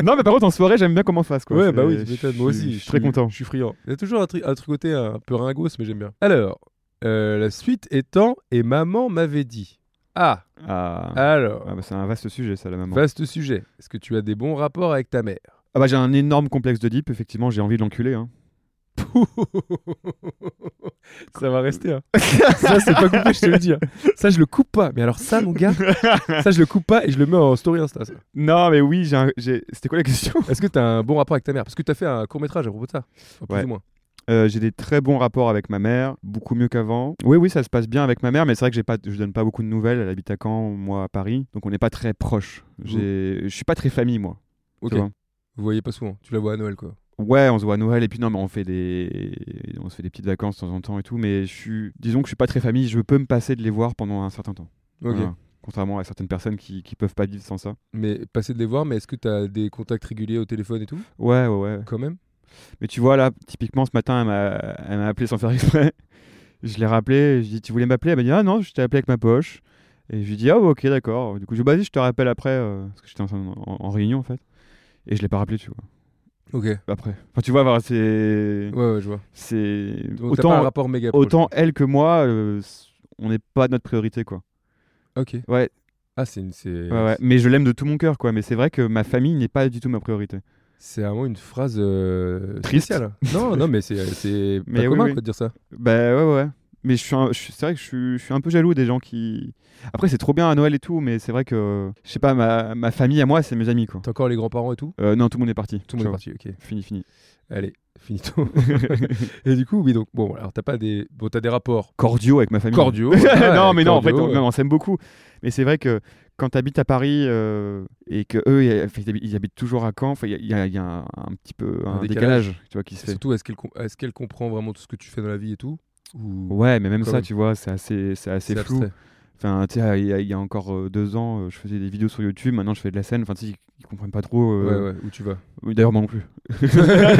S5: non, mais par contre, en soirée, j'aime bien comment on fasse. Quoi.
S4: Ouais,
S5: C'est-
S4: bah oui, tu
S5: je
S4: m'étonnes,
S5: suis-
S4: moi aussi.
S5: Je suis très content.
S4: Je suis friand. Il y a toujours un, tri- un truc côté un peu ringos, mais j'aime bien. Alors, euh, la suite étant Et maman m'avait dit. Ah,
S5: Ah,
S4: alors,
S5: ah, bah, c'est un vaste sujet, ça, la maman.
S4: vaste sujet. Est-ce que tu as des bons rapports avec ta mère
S5: Ah, bah, j'ai un énorme complexe de dip, effectivement, j'ai envie de l'enculer. Hein.
S4: Ça va rester. hein. ça, c'est pas coupé, je te le dis. hein. Ça, je le coupe pas. Mais alors, ça, mon gars, ça, je le coupe pas et je le mets en story Insta. ça.
S5: Non, mais oui, j'ai un- j'ai- c'était quoi la question
S4: Est-ce que t'as un bon rapport avec ta mère Parce que t'as fait un court métrage à propos de ça. Enfin, Plus
S5: Ouais.
S4: ou moins.
S5: Euh, J'ai des très bons rapports avec ma mère, beaucoup mieux qu'avant. Oui, oui, ça se passe bien avec ma mère, mais c'est vrai que j'ai pas, je donne pas beaucoup de nouvelles. Elle habite à Caen, moi à Paris, donc on n'est pas très proches. J'ai- Je suis pas très famille, moi. tu
S4: Ok.
S5: vois.
S4: Vous voyez pas souvent. Tu la vois à Noël, quoi.
S5: Ouais, on se voit à Noël et puis non, mais on fait des, on se fait des petites vacances de temps en temps et tout. Mais je suis, disons que je suis pas très famille. Je peux me passer de les voir pendant un certain temps.
S4: Ok.
S5: Voilà. Contrairement à certaines personnes qui, qui peuvent pas vivre sans ça.
S4: Mais passer de les voir, mais est-ce que t'as des contacts réguliers au téléphone et tout
S5: Ouais, ouais, ouais.
S4: Quand même
S5: Mais tu vois, là, typiquement, ce matin, elle m'a- elle m'a appelé sans faire exprès. Je l'ai rappelé, je lui ai dit, tu voulais m'appeler Elle m'a dit, ah non, je t'ai appelé avec ma poche. Et je lui ai dit, ah ouais, ok, d'accord. Du coup, je lui ai dit, bah, vas-y, je te rappelle après, euh, parce que j'étais en, en- en réunion, en fait. Et je l'ai pas rappelé, tu vois.
S4: Ok. Ouais,
S5: Après. Enfin, tu vois, voilà, c'est.
S4: ouais, je vois.
S5: C'est.
S4: Donc, t'as pas un
S5: Autant,
S4: rapport méga proche.
S5: autant elle que moi, euh, s- on n'est pas notre priorité, quoi.
S4: Ok.
S5: Ouais,
S4: Ah, c'est une. C'est
S5: ouais, ouais. Mais je l'aime de tout mon cœur, quoi. Mais c'est vrai que ma famille n'est pas du tout ma priorité.
S4: c'est vraiment une phrase. euh,
S5: Triste.
S4: spéciale. Non, non, mais c'est. euh, C'est pas
S5: Mais oui,
S4: commun,
S5: oui.
S4: quoi, de dire ça.
S5: Bah ouais, ouais. Mais je suis un- je suis- c'est vrai que je suis, je suis un peu jaloux des gens qui. Après, c'est trop bien à Noël et tout, mais c'est vrai que. Je sais pas, ma, ma famille à moi, c'est mes amis, quoi.
S4: T'as encore les grands-parents et tout
S5: Euh, non, tout le monde est parti.
S4: Tout le monde est parti, ok.
S5: parti. Fini, fini.
S4: Allez, finito. et du coup, oui, donc, bon, alors t'as pas des. Bon, t'as des rapports
S5: Cordiaux avec ma famille.
S4: cordiaux.
S5: non, mais non, en fait,
S4: cordiaux,
S5: on, non, on s'aime beaucoup. Mais c'est vrai que quand t'habites à Paris euh, et que eux, ils habitent- ils habitent toujours à Caen, enfin, il y a- il y a, il y a un, un petit peu un,
S4: décalage.
S5: décalage, tu vois, qui se
S4: Et
S5: fait.
S4: Surtout, est-ce qu'elle com- est-ce qu'elle comprend vraiment tout ce que tu fais dans la vie et tout Ou
S5: Ouais, mais même
S4: Quand
S5: ça,
S4: même.
S5: tu vois, c'est assez, c'est assez flou.
S4: abstrait
S5: Enfin, tu sais, il y, a- il y a encore euh, deux ans, euh, je faisais des vidéos sur YouTube. Maintenant, je fais de la scène. Enfin, tu sais, ils comprennent pas trop. euh,
S4: Ouais, ouais, où tu vas
S5: Oui, D'ailleurs, moi non plus.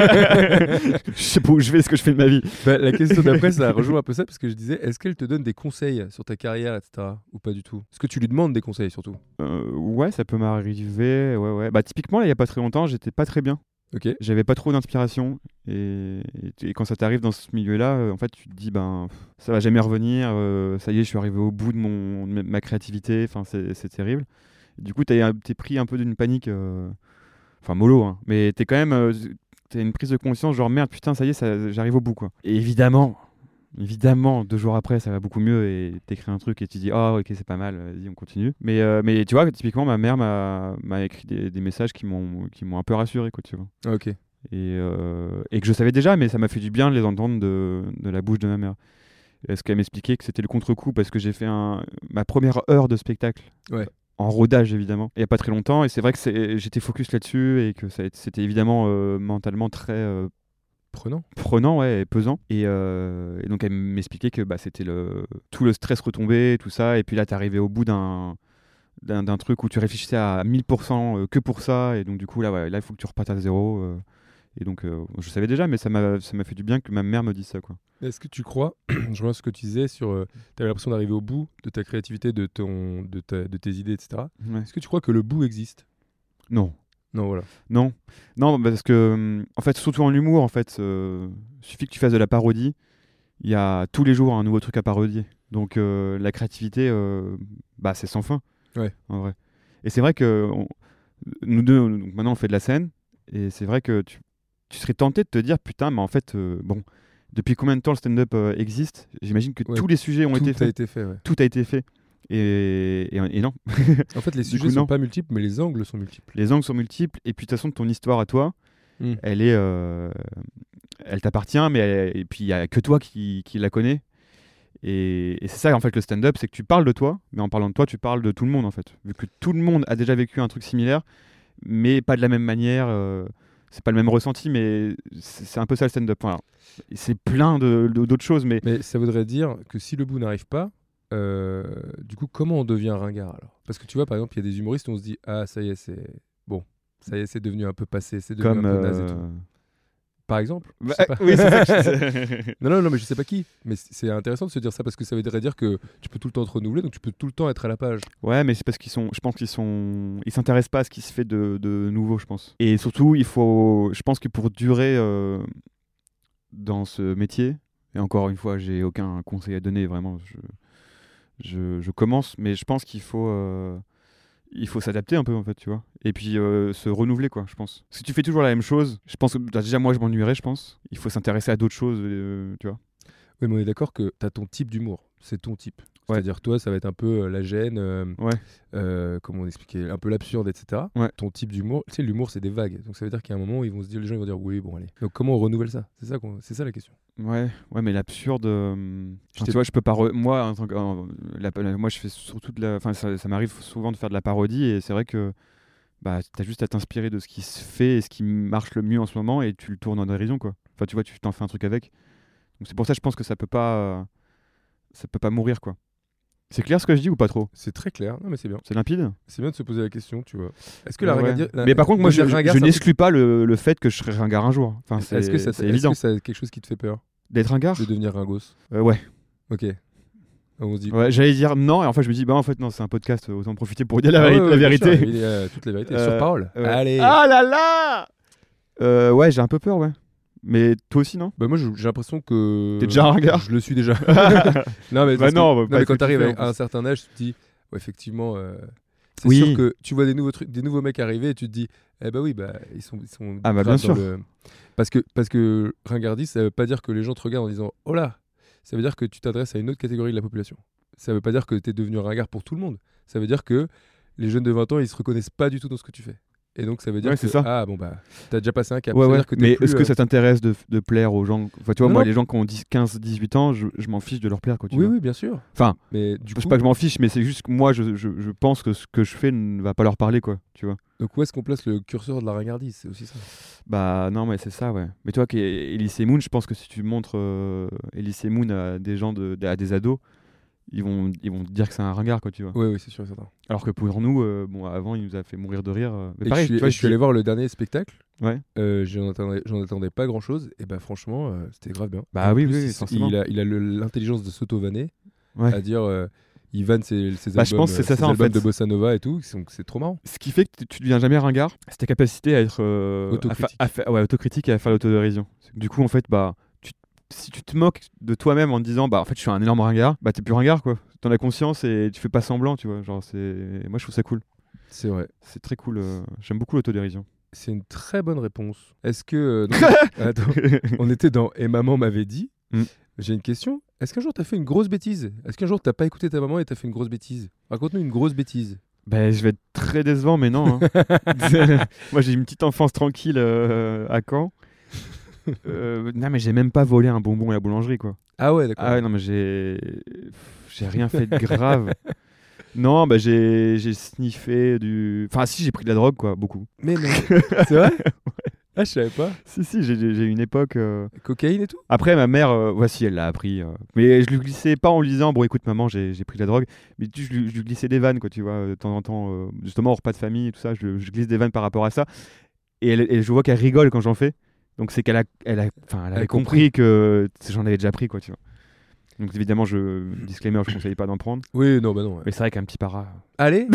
S5: je sais pas où je vais, ce que je fais de ma vie.
S4: Bah, La question d'après, ça rejoint un peu ça, parce que je disais, est-ce qu'elle te donne des conseils sur ta carrière, etc. Ou pas du tout Est-ce que tu lui demandes des conseils surtout
S5: Euh, ouais, ça peut m'arriver. Ouais, ouais. Bah, typiquement, là, il y a pas très longtemps, j'étais pas très bien.
S4: Ok.
S5: J'avais pas trop d'inspiration. Et, et- et quand ça t'arrive dans ce milieu-là, euh, en fait, tu te dis, ben, pff, ça va jamais revenir. euh, ça y est, je suis arrivé au bout de, mon, de ma créativité. Enfin, c'est c'est terrible. Du coup, t'as- t'es pris un peu d'une panique. euh, Enfin, mollo, hein. Mais t'es quand même. euh, t'as une prise de conscience, genre merde, putain, ça y est, ça- j'arrive au bout, quoi. Et évidemment, évidemment, deux jours après, ça va beaucoup mieux et t'écris un truc et tu dis, ah, ok, c'est pas mal, vas-y, on continue. Mais, euh, mais tu vois, typiquement, ma mère m'a m'a écrit des, des messages qui m'ont qui m'ont un peu rassuré, quoi, tu vois.
S4: Ah, ok.
S5: Et, euh, et que je savais déjà, mais ça m'a fait du bien de les entendre de, de la bouche de ma mère. Est-ce qu'elle m'expliquait que c'était le contre-coup parce que j'ai fait un- ma première heure de spectacle
S4: Ouais.
S5: en rodage évidemment il n'y a pas très longtemps et c'est vrai que c'est- j'étais focus là-dessus et que ça a été- c'était évidemment euh, mentalement très euh,
S4: Prenant.
S5: prenant ouais, et pesant. Et, euh, et donc elle m'expliquait que bah, c'était le, tout le stress retombé, tout ça. Et puis là, t'arrivais au bout d'un, d'un, d'un truc où tu réfléchissais à 1000% euh, que pour ça. Et donc du coup, là, ouais, là, il faut que tu repartes à zéro. euh. et donc euh, je savais déjà, mais ça m'a, ça m'a fait du bien que ma mère me dise ça. Quoi.
S4: Est-ce que tu crois, je reviens à ce que tu disais sur. euh, T'avais l'impression d'arriver au bout de ta créativité, de, ton, de, ta- de tes idées, etc. Est-ce que tu crois que le bout existe
S5: Non.
S4: Non, voilà.
S5: Non, non, parce que hum, en fait, surtout en humour, en fait, euh, suffit que tu fasses de la parodie, il y a tous les jours un nouveau truc à parodier. Donc euh, la créativité, euh, bah c'est sans fin.
S4: Ouais.
S5: En vrai. Et c'est vrai que on- nous deux, donc maintenant on fait de la scène, et c'est vrai que tu, tu serais tenté de te dire putain, mais en fait, euh, bon, depuis combien de temps le stand-up euh, existe J'imagine que
S4: Ouais,
S5: tous les sujets ont
S4: Tout
S5: été
S4: a
S5: faits,
S4: été fait, ouais.
S5: tout a été fait. Et, et, et non,
S4: En fait, les
S5: Du
S4: sujets
S5: coup,
S4: sont
S5: non.
S4: pas multiples, mais les angles sont multiples.
S5: les angles sont multiples, et puis de toute façon, ton histoire à toi,
S4: Mm.
S5: elle est euh, elle t'appartient mais elle- et puis il y a que toi qui, qui la connais et, et c'est ça en fait le stand-up c'est que tu parles de toi mais en parlant de toi tu parles de tout le monde en fait vu que tout le monde a déjà vécu un truc similaire mais pas de la même manière euh, c'est pas le même ressenti mais c'est c'est un peu ça le stand-up Voilà. Et c'est plein de- de- d'autres choses mais
S4: Mais ça voudrait dire que si le bout n'arrive pas, euh, du coup, comment on devient ringard alors Parce que tu vois, par exemple, il y a des humoristes où on se dit Ah, ça y est, c'est. Bon, ça y est, c'est devenu un peu passé, c'est devenu
S5: comme
S4: un peu naze et
S5: euh,
S4: tout. Par exemple je
S5: bah,
S4: sais pas.
S5: oui c'est ça que je-
S4: Non, non, non, mais je sais pas qui. Mais c- c'est intéressant de se dire ça parce que ça voudrait dire que tu peux tout le temps te renouveler, donc tu peux tout le temps être à la page.
S5: Ouais, mais c'est parce qu'ils sont, je pense qu'ils sont, ils s'intéressent pas à ce qui se fait de, de nouveau, je pense. Et surtout, il faut, je pense que pour durer euh, dans ce métier, et encore une fois, j'ai aucun conseil à donner, vraiment, je, je, je commence, mais je pense qu'il faut, euh, il faut s'adapter un peu en fait, tu vois. Et puis euh, se renouveler, quoi, je pense. Si tu fais toujours la même chose, je pense que bah, déjà moi, je m'ennuierais, je pense. Il faut s'intéresser à d'autres choses, euh, tu vois.
S4: Oui, mais on est d'accord que tu as ton type d'humour. C'est ton type.
S5: Ouais.
S4: C'est-à-dire, toi, ça va être un peu euh, la gêne, euh,
S5: Ouais.
S4: euh, comment on expliquait, un peu l'absurde, etc.
S5: Ouais.
S4: Ton type d'humour, tu sais, l'humour, c'est des vagues. Donc ça veut dire qu'à un moment, ils vont se dire, les gens ils vont dire, oui, bon, allez. Donc comment on renouvelle ça C'est ça, qu'on- c'est ça la question.
S5: Ouais, ouais, mais l'absurde. euh, enfin,
S4: t'ai-
S5: tu vois, je peux pas. re- Moi, en tant que, en- la- la- moi, je fais surtout de la. Enfin, ça, ça m'arrive souvent de faire de la parodie et c'est vrai que bah, t'as juste à t'inspirer de ce qui se fait et ce qui marche le mieux en ce moment et tu le tournes en dérision, quoi. Enfin, tu vois, tu t'en fais un truc avec. Donc c'est pour ça, je pense que ça peut pas, euh, ça peut pas mourir, quoi. C'est clair ce que je dis ou pas trop
S4: C'est très clair. Non, mais c'est bien.
S5: C'est limpide
S4: C'est bien de se poser la question, tu vois. Est-ce que la
S5: Ouais.
S4: ringardi- la-
S5: Mais par contre, moi, je,
S4: devenir
S5: je-
S4: ringard,
S5: je
S4: c'est un truc-
S5: n'exclus pas le, le fait que je serai ringard un jour. Enfin, c'est
S4: Est-ce que ça,
S5: c'est
S4: est
S5: évident.
S4: c'est quelque chose qui te fait peur
S5: D'être ringard
S4: de devenir ringos
S5: Euh, Ouais.
S4: Ok. On se dit.
S5: Ouais, j'allais dire non, et en fait je me dis, bah en fait non, c'est un podcast, autant en profiter pour dire la,
S4: Ah
S5: vari-
S4: ouais,
S5: la
S4: ouais, bien
S5: vérité.
S4: sûr, il est, euh, toute la vérité. Sur
S5: Euh,
S4: parole.
S5: Ouais.
S4: Allez.
S5: Ah là là Euh, Ouais, j'ai un peu peur, ouais. Mais toi aussi, non
S4: Bah moi je- j'ai l'impression que
S5: T'es déjà un ringard
S4: Je le suis déjà. non mais,
S5: Bah
S4: parce que-
S5: non, bah, pas
S4: mais quand
S5: ce que tu
S4: t'arrives
S5: fais,
S4: à à
S5: en
S4: un
S5: plus.
S4: certain âge, tu te dis ouais, effectivement euh, c'est
S5: Oui.
S4: sûr que tu vois des nouveaux trucs des nouveaux mecs arriver et tu te dis eh bah oui bah ils sont ils sont
S5: Ah bah,
S4: grave
S5: bien
S4: dans
S5: sûr.
S4: le- parce que parce que ringardiste ça veut pas dire que les gens te regardent en disant oh là ça veut dire que tu t'adresses à une autre catégorie de la population. Ça veut pas dire que t'es devenu un ringard pour tout le monde. Ça veut dire que les jeunes de 20 ans ils se reconnaissent pas du tout dans ce que tu fais. Et donc ça veut dire
S5: Ouais,
S4: que
S5: c'est ça.
S4: ah bon bah t'as déjà passé un cap.
S5: Ouais,
S4: Ça veut
S5: ouais.
S4: dire que t'es
S5: mais
S4: plus,
S5: est-ce que
S4: euh,
S5: ça t'intéresse de, de plaire aux gens Enfin, tu vois,
S4: Non,
S5: moi,
S4: non.
S5: les gens qui ont 10, 15, 18 ans, je, je m'en fiche de leur plaire, quoi. Tu
S4: oui
S5: vois.
S4: oui bien sûr.
S5: Enfin,
S4: Mais du
S5: je sais
S4: coup
S5: pas que je m'en fiche, mais c'est juste que moi, je, je, je pense que ce que je fais ne va pas leur parler, quoi. Tu vois
S4: Donc où est-ce qu'on place le curseur de la ringardise C'est aussi ça.
S5: Bah non, mais c'est ça, ouais. Mais toi, qui est Elysée Moon, je pense que si tu montres euh, Elysée Moon à des gens, de, à des ados, ils vont, ils vont te dire que c'est un ringard, quoi, tu vois.
S4: Oui, oui, c'est sûr et certain.
S5: Alors que pour nous, euh, bon, avant, il nous a fait mourir de rire. euh, Mais
S4: Et
S5: pareil,
S4: je suis,
S5: tu vois,
S4: et je suis allé voir le dernier spectacle.
S5: Ouais.
S4: Euh, J'en attendais, j'en attendais pas grand-chose. Et bah franchement, euh, c'était grave bien.
S5: Bah
S4: En
S5: oui,
S4: plus,
S5: oui,
S4: il s-
S5: forcément.
S4: Il a, il a le- l'intelligence de s'auto-vanner,
S5: Ouais.
S4: à dire euh, il vanne ses, ses
S5: Bah,
S4: albums,
S5: je pense que c'est
S4: euh,
S5: ça,
S4: ses
S5: ça, en
S4: albums
S5: fait.
S4: de bossa nova et tout. donc C'est trop marrant.
S5: Ce qui fait que tu- tu deviens jamais ringard, c'est ta capacité à être euh,
S4: Autocritique.
S5: à fa- à fa- ouais, autocritique et à faire l'autodérision. C'est que Du coup, en fait, bah, tu- si tu te moques de toi-même en te disant, bah, en fait, je suis un énorme ringard, bah, t'es plus ringard, quoi. T'en as conscience et tu fais pas semblant, tu vois. Genre, c'est, moi, je trouve ça cool.
S4: C'est vrai.
S5: C'est très cool. euh, J'aime beaucoup l'autodérision.
S4: C'est une très bonne réponse. Est-ce que. euh, dans- Attends, on était dans Et maman m'avait dit.
S5: Mm.
S4: J'ai une question. Est-ce qu'un jour t'as fait une grosse bêtise Est-ce qu'un jour t'as pas écouté ta maman et t'as fait une grosse bêtise Raconte-nous une grosse bêtise.
S5: Ben, je vais être très décevant, mais non. hein. Moi, j'ai une petite enfance tranquille euh, à Caen. Euh, non, mais j'ai même pas volé un bonbon à la boulangerie, quoi.
S4: Ah ouais, d'accord.
S5: Ah ouais, non, mais j'ai. pff, J'ai rien fait de grave. non, ben, j'ai j'ai sniffé du. Enfin, si, j'ai pris de la drogue, quoi, beaucoup.
S4: Mais non. C'est vrai Ah, je savais pas.
S5: Si, si, j'ai j'ai une époque. euh,
S4: Cocaïne et tout
S5: Après, ma mère, euh, voici, elle l'a appris. euh, Mais je lui glissais pas en lui disant, bon, écoute, maman, j'ai j'ai pris de la drogue. Mais tu- je, lui, je lui glissais des vannes, quoi, tu vois, de temps en temps. euh, justement, au repas de famille et tout ça, je, je glisse des vannes par rapport à ça. Et, elle- et je vois qu'elle rigole quand j'en fais. Donc, c'est qu'elle a, elle a, enfin, elle
S4: Elle
S5: avait
S4: a
S5: compris que j'en avais déjà pris, quoi, tu vois. Donc, évidemment, je, disclaimer, je conseille pas d'en prendre.
S4: Oui, non, bah non. ouais.
S5: Mais c'est vrai qu'un petit para.
S4: Allez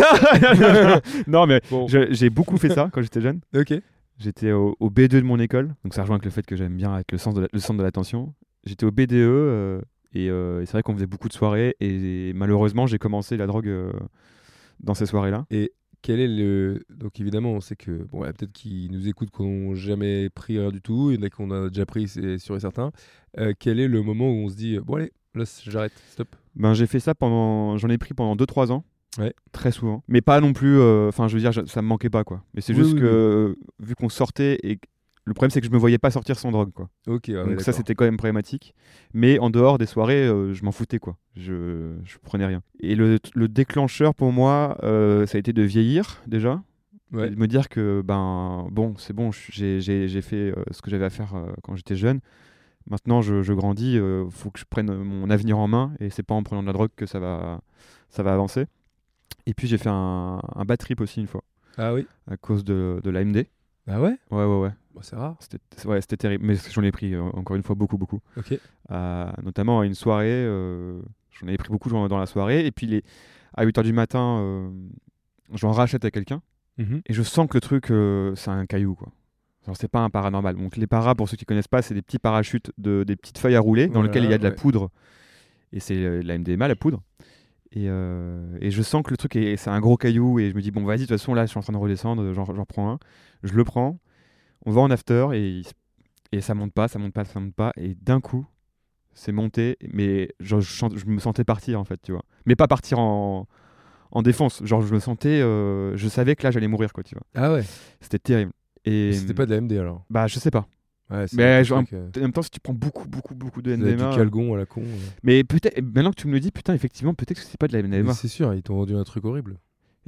S5: non, mais
S4: Bon,
S5: je- j'ai beaucoup fait ça quand j'étais jeune.
S4: ok.
S5: J'étais au, au B2 de mon école, donc ça rejoint avec le fait que j'aime bien avec le, sens de la- le centre de l'attention. J'étais au BDE euh, et, euh, et c'est vrai qu'on faisait beaucoup de soirées et, malheureusement j'ai commencé la drogue euh, dans ces soirées-là.
S4: Quel est le. Donc, évidemment, on sait que. Bon, ouais, peut-être qu'ils nous écoutent qu'on jamais pris rien du tout. Il y en a qu'on a déjà pris, c'est sûr et certain. Euh, quel est le moment où on se dit Bon, allez, là, c- j'arrête, stop.
S5: Ben j'ai fait ça pendant, j'en ai pris pendant 2-3 ans,
S4: Ouais.
S5: très souvent, mais pas non plus. euh, Enfin je veux dire je- ça me manquait pas quoi. Mais c'est
S4: Oui,
S5: juste
S4: oui,
S5: que euh, vu qu'on sortait et que- le problème c'est que je me voyais pas sortir sans drogue quoi.
S4: Ok, ouais,
S5: Donc ça
S4: Ah d'accord.
S5: c'était quand même problématique. Mais en dehors des soirées, euh, je m'en foutais quoi. Je, je prenais rien. Et le, le déclencheur pour moi, euh, ça a été de vieillir déjà.
S4: Ouais.
S5: Et de me dire que ben bon, c'est bon, je- j'ai- j'ai j'ai fait euh, ce que j'avais à faire euh, quand j'étais jeune. Maintenant je, je grandis, il faut que je prenne euh, mon avenir en main et c'est pas en prenant de la drogue que ça va, ça va avancer. Et puis j'ai fait un, un bad trip aussi une fois
S4: Ah oui
S5: à cause de, de l'AMD.
S4: Ah ouais
S5: Ouais ouais ouais.
S4: Bon, C'est rare.
S5: C'était ouais, c'était terrible, mais j'en ai pris euh, encore une fois beaucoup, beaucoup.
S4: Ok.
S5: À- notamment à une soirée, euh, j'en avais pris beaucoup dans dans la soirée, et puis les, à 8h du matin, euh, j'en rachète à quelqu'un,
S4: Mhm.
S5: et je sens que le truc, euh, c'est un caillou, quoi. Genre, c'est pas un paranormal. Donc les paras, pour ceux qui connaissent pas, c'est des petits parachutes, de, des petites feuilles à rouler, dans
S4: Voilà,
S5: lesquelles il y a de la
S4: ouais.
S5: poudre, et c'est euh, de la MDMA, la poudre. Et, euh, et je sens que le truc, est- c'est un gros caillou, et je me dis, bon, vas-y, de toute façon, là, je suis en train de redescendre, j'en j'en prends un, je le prends, on va en after et, il se- et ça monte pas, ça monte pas, ça monte pas. Et d'un coup, c'est monté, mais genre, je, sens- je me sentais partir en fait, tu vois. Mais pas partir en, en défense. Genre, je me sentais. euh, je savais que là, j'allais mourir, quoi, tu vois.
S4: Ah ouais
S5: C'était terrible. Et.
S4: C'était pas de la MD alors
S5: Bah, je sais pas.
S4: Ouais, c'est
S5: Mais
S4: un
S5: je-
S4: truc, euh,
S5: En même temps, si tu prends beaucoup, beaucoup, beaucoup de hein.
S4: ça doit être
S5: MDMA.
S4: du calgon à la con. euh.
S5: Mais peut-être, maintenant que tu me le dis, putain, effectivement, peut-être que c'est pas de la
S4: Mais
S5: MDMA.
S4: C'est sûr, ils t'ont vendu un truc horrible.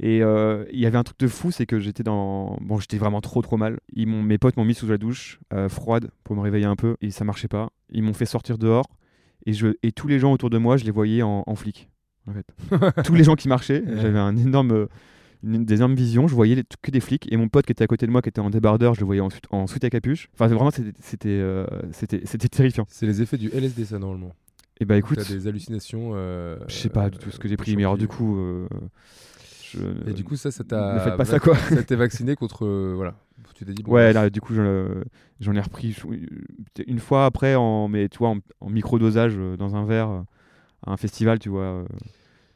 S5: Et euh, il y avait un truc de fou, c'est que j'étais dans. Bon, j'étais vraiment trop trop mal. Ils m'ont- mes potes m'ont mis sous la douche, euh, froide, pour me réveiller un peu, et ça marchait pas. Ils m'ont fait sortir dehors, et, je... et tous les gens autour de moi, je les voyais en, en flic. En fait. tous les gens qui marchaient,
S4: Ouais.
S5: j'avais un énorme. Une des énormes visions, je voyais les- que des flics et mon pote qui était à côté de moi, qui était en débardeur, je le voyais en, soute- en soute à capuche. Enfin, c'est- vraiment, c'était c'était, euh, c'était- c'était terrifiant.
S4: C'est les effets du LSD, ça, normalement.
S5: Et bah écoute,
S4: T'as des hallucinations. euh,
S5: je sais pas du tout ce que j'ai
S4: euh,
S5: pris, mais alors du
S4: champi-
S5: coup. euh, je-
S4: Et du coup, ça, ça t'a.
S5: ne faites pas ça quoi.
S4: Ça t'est vacciné contre. euh, voilà. Tu t'es dit. bon,
S5: Ouais, là, du coup, je- j'en ai repris je- une fois après, en, mais tu vois, en, en micro-dosage euh, dans un verre euh, à un festival, tu vois. euh,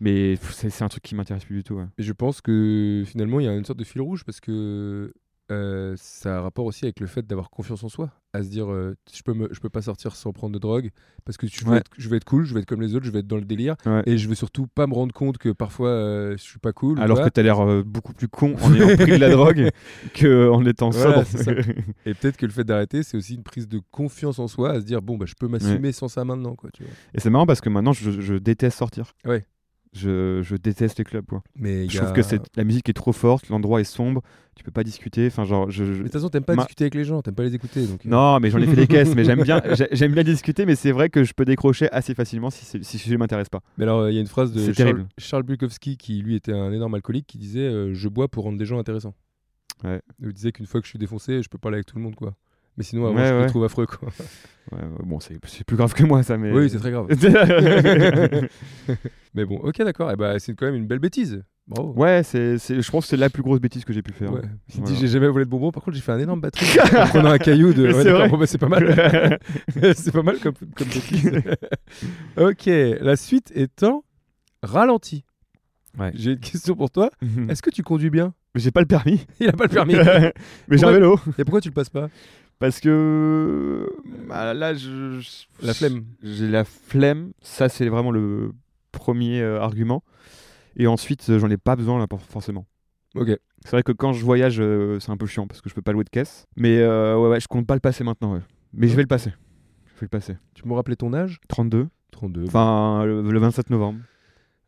S5: Mais pff, c'est c'est un truc qui m'intéresse plus du tout. ouais.
S4: Et je pense que finalement, il y a une sorte de fil rouge parce que euh, ça a rapport aussi avec le fait d'avoir confiance en soi, à se dire euh, je peux me, je peux pas sortir sans prendre de drogue parce que je veux,
S5: Ouais.
S4: être, je veux être cool, je veux être comme les autres, je veux être dans le délire
S5: Ouais.
S4: et je veux surtout pas me rendre compte que parfois euh, je suis pas cool. ou
S5: Alors
S4: quoi.
S5: que t'as l'air euh, beaucoup plus con en ayant pris de la drogue qu'en étant
S4: Voilà,
S5: sobre.
S4: c'est ça. Et peut-être que le fait d'arrêter, c'est aussi une prise de confiance en soi, à se dire bon bah je peux m'assumer sans ça maintenant quoi. Tu vois.
S5: Et c'est marrant parce que maintenant, je, je déteste sortir.
S4: Ouais.
S5: Je, je déteste les clubs. quoi.
S4: Mais il y
S5: Je
S4: a-
S5: trouve que c'est la musique est trop forte, l'endroit est sombre, tu peux pas discuter. Enfin, genre, je, je-
S4: Mais de toute façon, t'aimes pas
S5: Ma-
S4: discuter avec les gens, t'aimes pas les écouter donc. euh,
S5: Non, mais j'en ai fait des caisses, mais j'aime bien, j'ai- j'aime bien discuter, mais c'est vrai que je peux décrocher assez facilement si, c'est- si le sujet m'intéresse pas.
S4: Mais alors, euh, il y a une phrase de Charles,
S5: C'est terrible.
S4: Charles Bukowski, qui lui était un énorme alcoolique, qui disait euh, Je bois pour rendre les gens intéressants.
S5: Ouais.
S4: Il disait qu'une fois que je suis défoncé, je peux parler avec tout le monde, quoi. Mais sinon, avant,
S5: Ouais,
S4: je
S5: ouais.
S4: me trouve affreux, quoi.
S5: Ouais, ouais, bon, c'est c'est plus grave que moi, ça, mais.
S4: Oui, c'est très grave. Mais bon, ok, d'accord. Et bah, c'est quand même une belle bêtise. Bravo.
S5: ouais, c'est, c'est- je pense que c'est la plus grosse bêtise que j'ai pu faire.
S4: Ouais. Il
S5: Voilà.
S4: dit J'ai jamais volé de bonbons. Par contre, j'ai fait un énorme batterie en prenant un caillou de.
S5: Mais c'est
S4: d'accord,
S5: vrai.
S4: bon, bah, c'est pas mal. c'est pas mal comme, comme bêtise. ok, la suite étant ralenti.
S5: Ouais.
S4: j'ai une question pour toi.
S5: Mais
S4: Est-ce que tu conduis bien
S5: j'ai pas le permis.
S4: Mm. Il a pas le permis.
S5: Mais j'ai un
S4: Ouais.
S5: vélo.
S4: Et pourquoi tu le passes pas
S5: Parce que bah, là, je, je-
S4: La flemme.
S5: J'ai la flemme. Ça, c'est vraiment le premier euh, argument. Et ensuite, euh, j'en ai pas besoin là, pour- forcément.
S4: Ok.
S5: C'est vrai que quand je voyage, euh, c'est un peu chiant parce que je peux pas louer de caisse. Mais euh, ouais, ouais, je compte pas le passer maintenant. ouais. Mais je vais le passer. Je vais le passer.
S4: Tu me rappelais ton âge
S5: 32.
S4: 32.
S5: Enfin, le, le 27 novembre.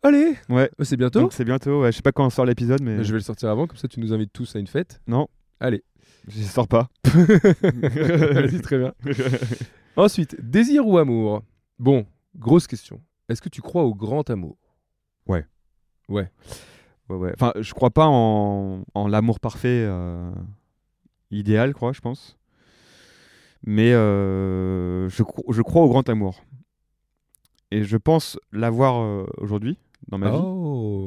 S4: Allez
S5: Ouais.
S4: Euh, C'est bientôt
S5: Donc c'est bientôt. ouais, je sais pas quand sort l'épisode, mais
S4: Je vais le sortir avant, comme ça tu nous invites tous à une fête.
S5: je sors pas.
S4: Vas-y, très bien. Ensuite, désir ou amour Bon, grosse question. Est-ce que tu crois au grand amour
S5: Ouais, ouais. Enfin, je crois pas en, en l'amour parfait euh, idéal, quoi, je pense. Mais euh, je, cro- je crois au grand amour. Et je pense l'avoir euh, aujourd'hui, dans ma vie.
S4: Oh,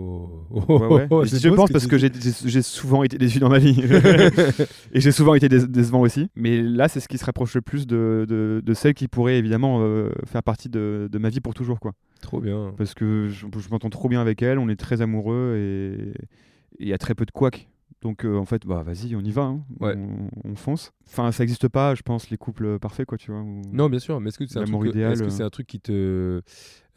S5: Ouais, ouais.
S4: Oh,
S5: je
S4: c'est
S5: je
S4: beau ce
S5: pense
S4: que
S5: parce
S4: tu
S5: que
S4: dis.
S5: j'ai- j'ai j'ai souvent été déçu dans ma vie. Et j'ai souvent été dé- décevant aussi. Mais là, c'est ce qui se rapproche le plus de, de, de celle qui pourrait évidemment euh, faire partie de, de ma vie pour toujours, quoi
S4: Trop bien.
S5: parce que je, je m'entends trop bien avec elle, on est très amoureux et et il y a très peu de couacs. Donc euh, en fait, bah vas-y, on y va, hein.
S4: Ouais.
S5: on, on fonce. Enfin, ça n'existe pas, je pense, les couples parfaits, quoi, tu vois. ou-
S4: Non, bien sûr, mais est-ce que c'est un,
S5: L'amour
S4: truc que-
S5: idéal,
S4: est-ce que
S5: euh.
S4: c'est un truc qui te.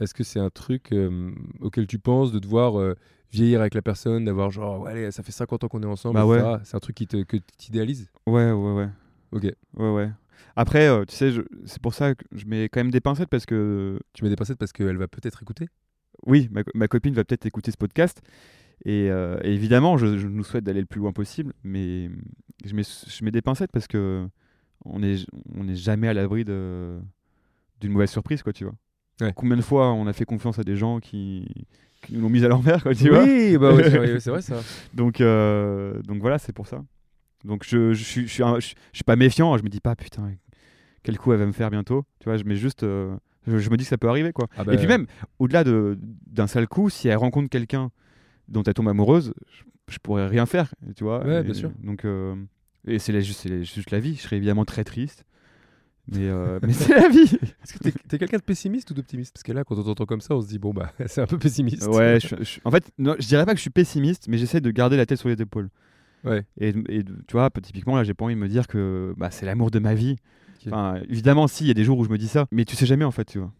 S4: Est-ce que c'est un truc euh, auquel tu penses de devoir euh, vieillir avec la personne, d'avoir genre, ouais, allez, ça fait 50 ans qu'on est ensemble,
S5: Bah ouais.
S4: etc. C'est un truc qui te, que t'idéalises
S5: Ouais, ouais, ouais.
S4: Ok.
S5: Ouais, ouais. Après, euh, tu sais, je- c'est pour ça que je mets quand même des pincettes parce que
S4: Tu mets des pincettes parce qu'elle va peut-être écouter
S5: oui, ma, co- ma copine va peut-être écouter ce podcast. Et, euh, et évidemment, je, je nous souhaite d'aller le plus loin possible, mais je mets, je mets des pincettes parce que on n'est on n'est jamais à l'abri de- d'une mauvaise surprise, quoi, tu vois.
S4: Ouais.
S5: Combien de fois on a fait confiance à des gens qui, qui nous l'ont mise à l'envers, quoi, tu vois.
S4: Oui, bah ouais, c'est vrai, c'est vrai ça.
S5: Donc, euh, donc voilà, c'est pour ça. Donc je, je, suis- je suis un- je- je suis pas méfiant, je me dis pas, putain, quel coup elle va me faire bientôt, tu vois, je mets juste. euh, je, je me dis que ça peut arriver, quoi.
S4: Ah bah,
S5: Et puis même, au-delà de- d'un sale coup, si elle rencontre quelqu'un dont elle tombe amoureuse, je, je pourrais rien faire, tu vois.
S4: Ouais,
S5: Et-
S4: bien sûr.
S5: Donc, euh, et c'est la- juste, c'est la- juste la vie. Je serais évidemment très triste, mais, euh, mais c'est la vie.
S4: Est-ce que t'es, t'es quelqu'un de pessimiste ou d'optimiste Parce que là, quand on t'entend comme ça, on se dit, bon, bah, c'est un peu pessimiste.
S5: Ouais, je, je- en fait, non, je dirais pas que je suis pessimiste, mais j'essaie de garder la tête sur les épaules.
S4: Ouais.
S5: Et, de- et de- tu vois, typiquement, là, j'ai pas envie de me dire que bah, c'est l'amour de ma vie.
S4: Ok.
S5: Enfin, évidemment, si, il y a des jours où je me dis ça, mais tu sais jamais, en fait, tu vois.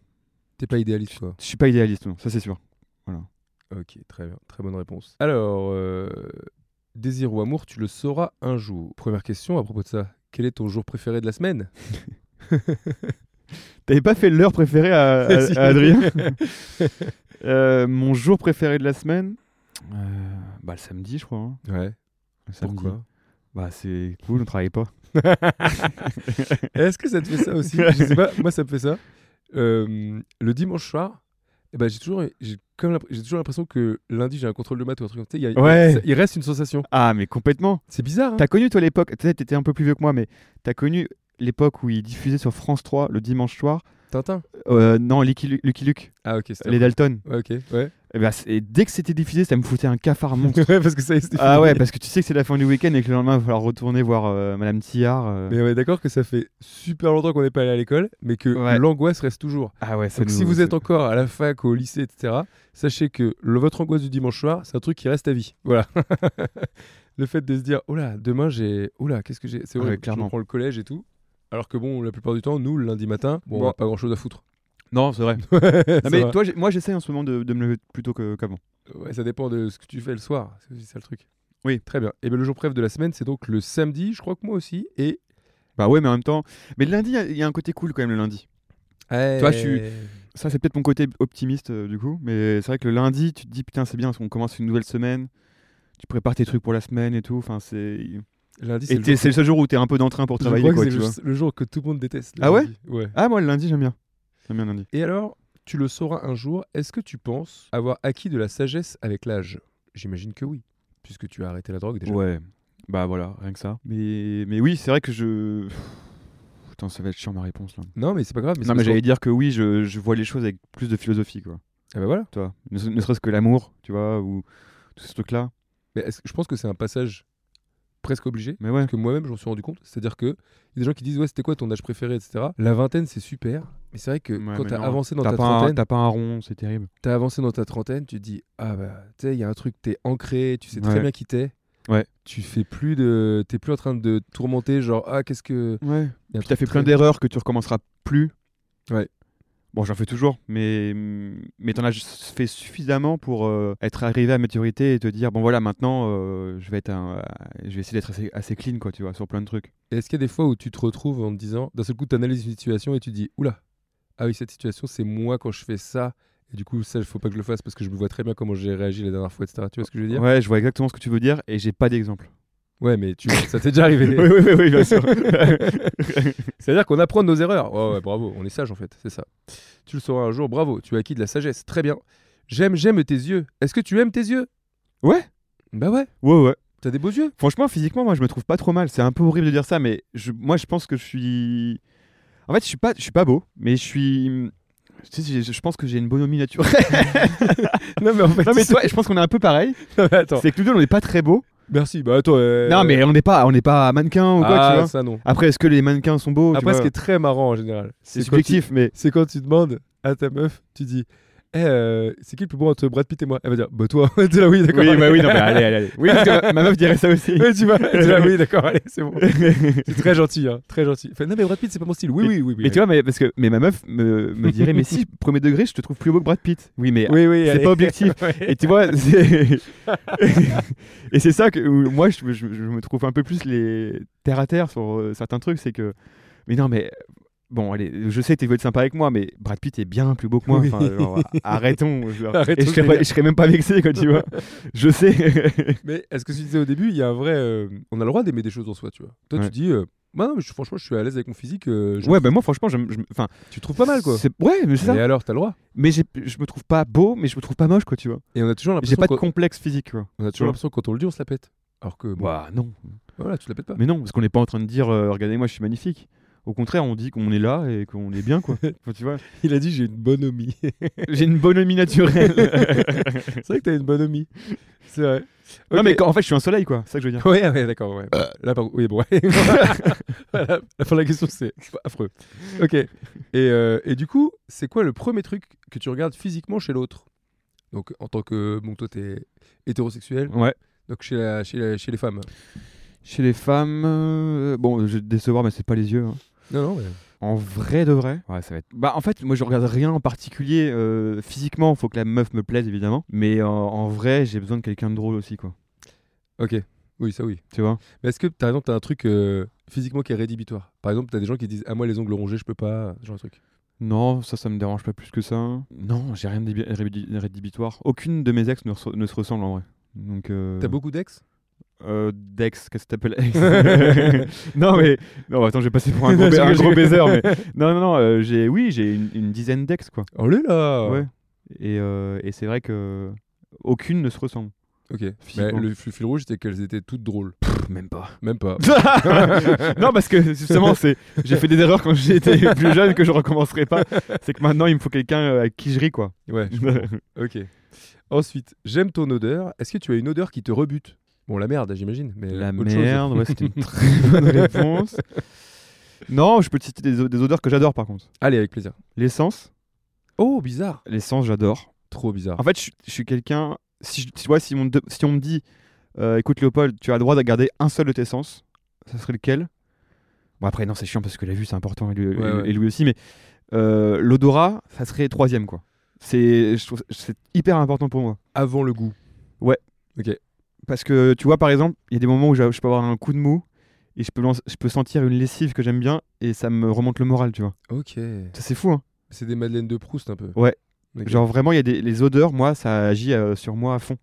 S4: T'es pas idéaliste, quoi.
S5: Je suis pas idéaliste, non, ça c'est sûr.
S4: Ok, très bien. Très bonne réponse. Alors, euh, désir ou amour, tu le sauras un jour. Première question à propos de ça. Quel est ton jour préféré de la semaine
S5: T'avais pas fait l'heure préférée à, à-
S4: Si.
S5: à Adrien Euh, Mon jour préféré de la semaine Euh, Bah le samedi, je crois. hein.
S4: Ouais.
S5: Le samedi.
S4: Pourquoi
S5: Bah c'est cool, on travaille pas.
S4: Est-ce que ça te fait ça aussi Je sais pas. Moi, ça me fait ça. Euh, le dimanche soir, eh ben, j'ai toujours, j'ai comme l'imp- j'ai toujours l'impression que lundi j'ai un contrôle de maths ou un truc comme ça. Il, y a-
S5: Ouais.
S4: ça- il reste une sensation.
S5: Ah mais complètement.
S4: C'est bizarre. hein
S5: T'as connu toi l'époque, tu sais, t'étais un peu plus vieux que moi, mais t'as connu l'époque où ils diffusaient sur France 3 le dimanche soir.
S4: Tintin.
S5: euh, non, Lucky Lu- Lucky Luke,
S4: Ah ok. c'était
S5: les Dalton.
S4: après. Ouais, ok. Ouais.
S5: Et, bah, c'est- et dès que c'était diffusé, ça me foutait un cafard monstre.
S4: ouais parce que ça. y est, c'était
S5: ah
S4: fini.
S5: ouais, parce que tu sais que c'est la fin du week-end et que le lendemain, il va falloir retourner voir euh, Madame Tillard. euh.
S4: Mais on est d'accord que ça fait super longtemps qu'on n'est pas allé à l'école, mais que
S5: Ouais.
S4: l'angoisse reste toujours.
S5: Ah ouais, ça
S4: Donc
S5: nous-
S4: si vous
S5: ça-
S4: êtes encore à la fac, au lycée, etc., sachez que le, votre angoisse du dimanche soir, c'est un truc qui reste à vie. Voilà. le fait de se dire, oh là, demain j'ai, oh là, qu'est-ce que j'ai, c'est
S5: Ouais,
S4: horrible, je
S5: clairement.
S4: prends le collège et tout. Alors que bon, la plupart du temps, nous, le lundi matin, bon,
S5: Bon.
S4: on a pas grand-chose à foutre.
S5: Non, c'est vrai.
S4: ça,
S5: Ah, mais
S4: va.
S5: toi, j'ai- moi, j'essaye en ce moment de, de me lever plutôt que- qu'avant.
S4: Ouais, ça dépend de ce que tu fais le soir, c'est aussi ça le truc.
S5: Oui.
S4: Très bien. Et bien le jour préf de la semaine, c'est donc le samedi, je crois que moi aussi, et...
S5: Bah ouais, mais en même temps. Mais le lundi, il y a- il y, a un côté cool quand même le lundi. Toi, je suis- Ça, c'est peut-être mon côté optimiste euh, du coup. Mais c'est vrai que le lundi, tu te dis putain, c'est bien, on commence une nouvelle semaine. Tu prépares tes trucs pour la semaine et tout. Enfin, c'est.
S4: Lundi, c'est
S5: Et
S4: le
S5: t'es-
S4: jour-
S5: c'est le seul jour où t'es un peu d'entrain pour
S4: je
S5: travailler,
S4: crois que
S5: quoi,
S4: c'est
S5: tu
S4: le-
S5: vois.
S4: le jour que tout le monde déteste. le
S5: Ah ouais
S4: lundi. Ouais.
S5: Ah, moi, le lundi, j'aime bien. J'aime bien le lundi.
S4: Et alors, tu le sauras un jour, est-ce que tu penses avoir acquis de la sagesse avec l'âge J'imagine que oui, puisque tu as arrêté la drogue déjà.
S5: Ouais. Bah voilà, rien que ça. Mais, mais oui, c'est vrai que je. Putain, ça va être chiant ma réponse là.
S4: Non, mais c'est pas grave. Mais c'est
S5: non, mais
S4: parce
S5: j'allais dire que oui, je, je vois les choses avec plus de philosophie, quoi.
S4: qu'on- Ah bah voilà.
S5: Tu vois. Ne, se- ne serait-ce que l'amour, tu vois, ou tout ce truc-là.
S4: Mais est-ce que- je pense que c'est un passage presque obligé,
S5: Mais ouais.
S4: parce que moi-même, j'en suis rendu compte. C'est-à-dire que il y a des gens qui disent, ouais, c'était quoi ton âge préféré, etc. La vingtaine, c'est super, Mais c'est vrai que
S5: Ouais,
S4: quand
S5: mais
S4: t'as
S5: non,
S4: avancé dans
S5: t'as
S4: ta
S5: pas un-
S4: trentaine,
S5: T'as pas un rond, c'est terrible.
S4: t'as avancé dans ta trentaine, tu te dis ah bah tu sais il y a un truc t'es ancré, tu sais très
S5: Ouais.
S4: bien qui t'es.
S5: Ouais.
S4: Tu fais plus de t'es plus en train de tourmenter genre ah qu'est-ce que
S5: Ouais.
S4: Il y a un
S5: Puis t'as
S4: truc
S5: fait plein
S4: très-
S5: d'erreurs que tu recommenceras plus.
S4: Ouais.
S5: Bon, j'en fais toujours, mais, mais t'en as juste fait suffisamment pour euh, être arrivé à maturité et te dire, bon voilà, maintenant, euh, je, vais être un, euh, je vais essayer d'être assez, assez clean, quoi, tu vois, sur plein de trucs.
S4: Et Est-ce qu'il y a des fois où tu te retrouves en te disant d'un seul coup t'analyses une situation et tu dis oula ah oui cette situation c'est moi quand je fais ça et du coup ça faut pas que je le fasse parce que je me vois très bien comment j'ai réagi la dernière fois etc. Tu vois ce que je veux dire
S5: Ouais, je vois exactement ce que tu veux dire et j'ai pas d'exemple.
S4: Ouais, mais tu ça t'est déjà arrivé.
S5: oui, oui, oui, bien sûr.
S4: C'est-à-dire qu'on apprend de nos erreurs. Ouais, ouais, bravo, on est sage en fait, c'est ça. Tu le sauras un jour, bravo, tu as acquis de la sagesse, très bien. J'aime, j'aime tes yeux. Est-ce que tu aimes tes yeux
S5: Ouais.
S4: Bah ouais,
S5: ouais, ouais.
S4: t'as des beaux yeux.
S5: Franchement, physiquement, moi, je me trouve pas trop mal. C'est un peu horrible de dire ça, mais je- moi, je pense que je suis. En fait, je suis pas, je suis pas beau, mais je suis. Tu sais, j'ai- je pense que j'ai une bonhomie naturelle.
S4: Non mais en fait,
S5: non, mais toi, je pense qu'on est un peu pareil.
S4: attends.
S5: C'est que nous deux, on n'est pas très beau.
S4: Merci, bah attends. euh,
S5: Non, mais on n'est pas, on n'est pas mannequin ou quoi,
S4: ah,
S5: tu vois.
S4: ça non.
S5: Après, est-ce que les mannequins sont beaux tu
S4: Après, ce
S5: vois
S4: qui est très marrant en général,
S5: c'est
S4: quand tu-
S5: subjectif, mais
S4: C'est quand tu demandes à ta meuf, tu dis, Eh, euh, c'est qui le plus beau entre Brad Pitt et moi Elle va dire, bah toi. T'es là, oui, d'accord.
S5: oui,
S4: allez.
S5: bah oui, non, mais allez, allez, allez. Oui, parce que ma- ma meuf dirait ça aussi.
S4: Ouais, tu vois, t'es là, oui, d'accord, allez, c'est bon. C'est très gentil, hein, très gentil. Enfin, non mais Brad Pitt, c'est pas mon style. Oui, oui, oui, oui.
S5: Mais tu vois, mais parce que mais ma meuf me, me dirait, mais si premier degré, je te trouve plus beau que Brad Pitt. Oui, mais
S4: oui, oui,
S5: c'est
S4: allez.
S5: pas objectif.
S4: Ouais.
S5: Et tu vois, c'est- et c'est ça que où moi je, je- je me trouve un peu plus les terre à terre sur euh, certains trucs, c'est que mais non mais bon allez, je sais que tu veux être sympa avec moi, mais Brad Pitt est bien plus beau que moi.
S4: Oui.
S5: Enfin, genre, arrêtons. je veux dire.
S4: Arrêtons
S5: et je
S4: le
S5: serais, pas-
S4: délire.
S5: je serais même pas vexé quand tu vois. Je sais.
S4: Mais est-ce que tu disais au début, il y a un vrai. euh, on a le droit d'aimer des choses en soi, tu vois. Toi,
S5: Ouais.
S4: tu dis, euh, bah non, mais je- franchement, je suis à l'aise avec mon physique. euh, je-
S5: ouais, ben moi franchement, je, me- je me- enfin,
S4: Tu trouves pas mal, quoi.
S5: c'est- Ouais, mais c'est
S4: Et euh,
S5: ça.
S4: alors, t'as le droit.
S5: Mais j'ai- je me trouve pas beau, mais je me trouve pas moche quoi, tu vois.
S4: Et on a toujours
S5: J'ai
S4: l'impression
S5: pas de
S4: qu'on-
S5: complexe physique quoi.
S4: on a toujours l'impression que quand on le dit, on se la pète. Alors que, bon,
S5: Bah non.
S4: voilà, tu la pètes pas.
S5: Mais non, parce qu'on n'est pas en train de dire euh, regardez-moi, je suis magnifique. Au contraire, on dit qu'on est là et qu'on est bien, quoi. Enfin, tu vois,
S4: Il a dit, j'ai une bonhomie.
S5: j'ai une bonhomie naturelle.
S4: c'est vrai que t'as une bonhomie. C'est vrai.
S5: Non,
S4: Ok.
S5: mais quand- en fait, je suis un soleil, quoi. C'est ça que je veux dire.
S4: Ouais, ouais, d'accord. Ouais.
S5: Euh.
S4: Là, par... oui, bon. voilà. Enfin, la question, c'est affreux. Ok. Et, euh, et du coup, c'est quoi le premier truc que tu regardes physiquement chez l'autre Donc, en tant que. Bon, toi, t'es hétérosexuel.
S5: Ouais.
S4: Donc, chez, la- chez, la- chez les femmes.
S5: Chez les femmes, euh, bon, je vais te décevoir, mais c'est pas les yeux. hein.
S4: Non, non, mais.
S5: En vrai de vrai. Ouais, ça va être. Bah, en fait, moi, je regarde rien en particulier euh, physiquement. Faut que la meuf me plaise, évidemment. Mais en- en vrai, j'ai besoin de quelqu'un de drôle aussi, quoi.
S4: Ok. Oui, ça, oui.
S5: Tu vois
S4: Mais est-ce que, par exemple, t'as un truc euh, physiquement qui est rédhibitoire Par exemple, t'as des gens qui disent Ah, moi, les ongles rongés, je peux pas. ce Genre, un truc.
S5: Non, ça, ça me dérange pas plus que ça. Non, j'ai rien de débi- rédhibi- rédhibitoire. Aucune de mes ex ne, reso- ne se ressemble en vrai. Donc, euh,
S4: T'as beaucoup d'ex
S5: euh, Dex, qu'est-ce que t'appelles Ex Non, mais. Non, attends, je vais passer pour un gros, ba- un gros baiser. Mais... Non, non, non, euh, j'ai... oui, j'ai une, une dizaine d'ex, quoi.
S4: Oh là là
S5: Ouais. Et, euh, et c'est vrai que. Aucune ne se ressemble.
S4: Ok. Mais
S5: Physiquement.
S4: le fil fil rouge, c'était qu'elles étaient toutes drôles.
S5: même pas.
S4: Même pas.
S5: non, parce que justement, c'est... j'ai fait des erreurs quand j'étais plus jeune que je recommencerai pas. C'est que maintenant, il me faut quelqu'un euh, à qui je ris, quoi.
S4: Ouais, je comprends. Ok. Ensuite, j'aime ton odeur. Est-ce que tu as une odeur qui te rebute Bon, la merde, j'imagine. Mais
S5: La
S4: autre
S5: merde, ouais, c'était une très bonne réponse. Non, je peux te citer des, o- des odeurs que j'adore par contre.
S4: Chose. Allez, avec plaisir.
S5: L'essence,
S4: Oh, bizarre.
S5: l'essence, j'adore.
S4: Trop bizarre.
S5: En fait, je, suis- je suis quelqu'un. Si, je- tu vois, si on, me de- si on me dit, euh, écoute Léopold, tu as le droit de garder un seul de tes sens, ça serait lequel Bon, après, non, c'est chiant parce que la vue, c'est important et lui,
S4: Ouais,
S5: et-
S4: ouais.
S5: et lui aussi, mais euh, l'odorat, ça serait troisième quoi. C'est je trouve- c'est hyper important pour moi.
S4: Avant le goût.
S5: Parce que tu vois, par exemple, il y a des moments où j'a- je peux avoir un coup de mou et je peux, lance- je peux sentir une lessive que j'aime bien et ça me remonte le moral, tu vois.
S4: Ok.
S5: Ça, c'est fou, hein.
S4: C'est des madeleines de Proust un peu.
S5: Ouais.
S4: Ok.
S5: Genre, vraiment, il y a des les odeurs, moi, ça agit euh, sur moi à fond.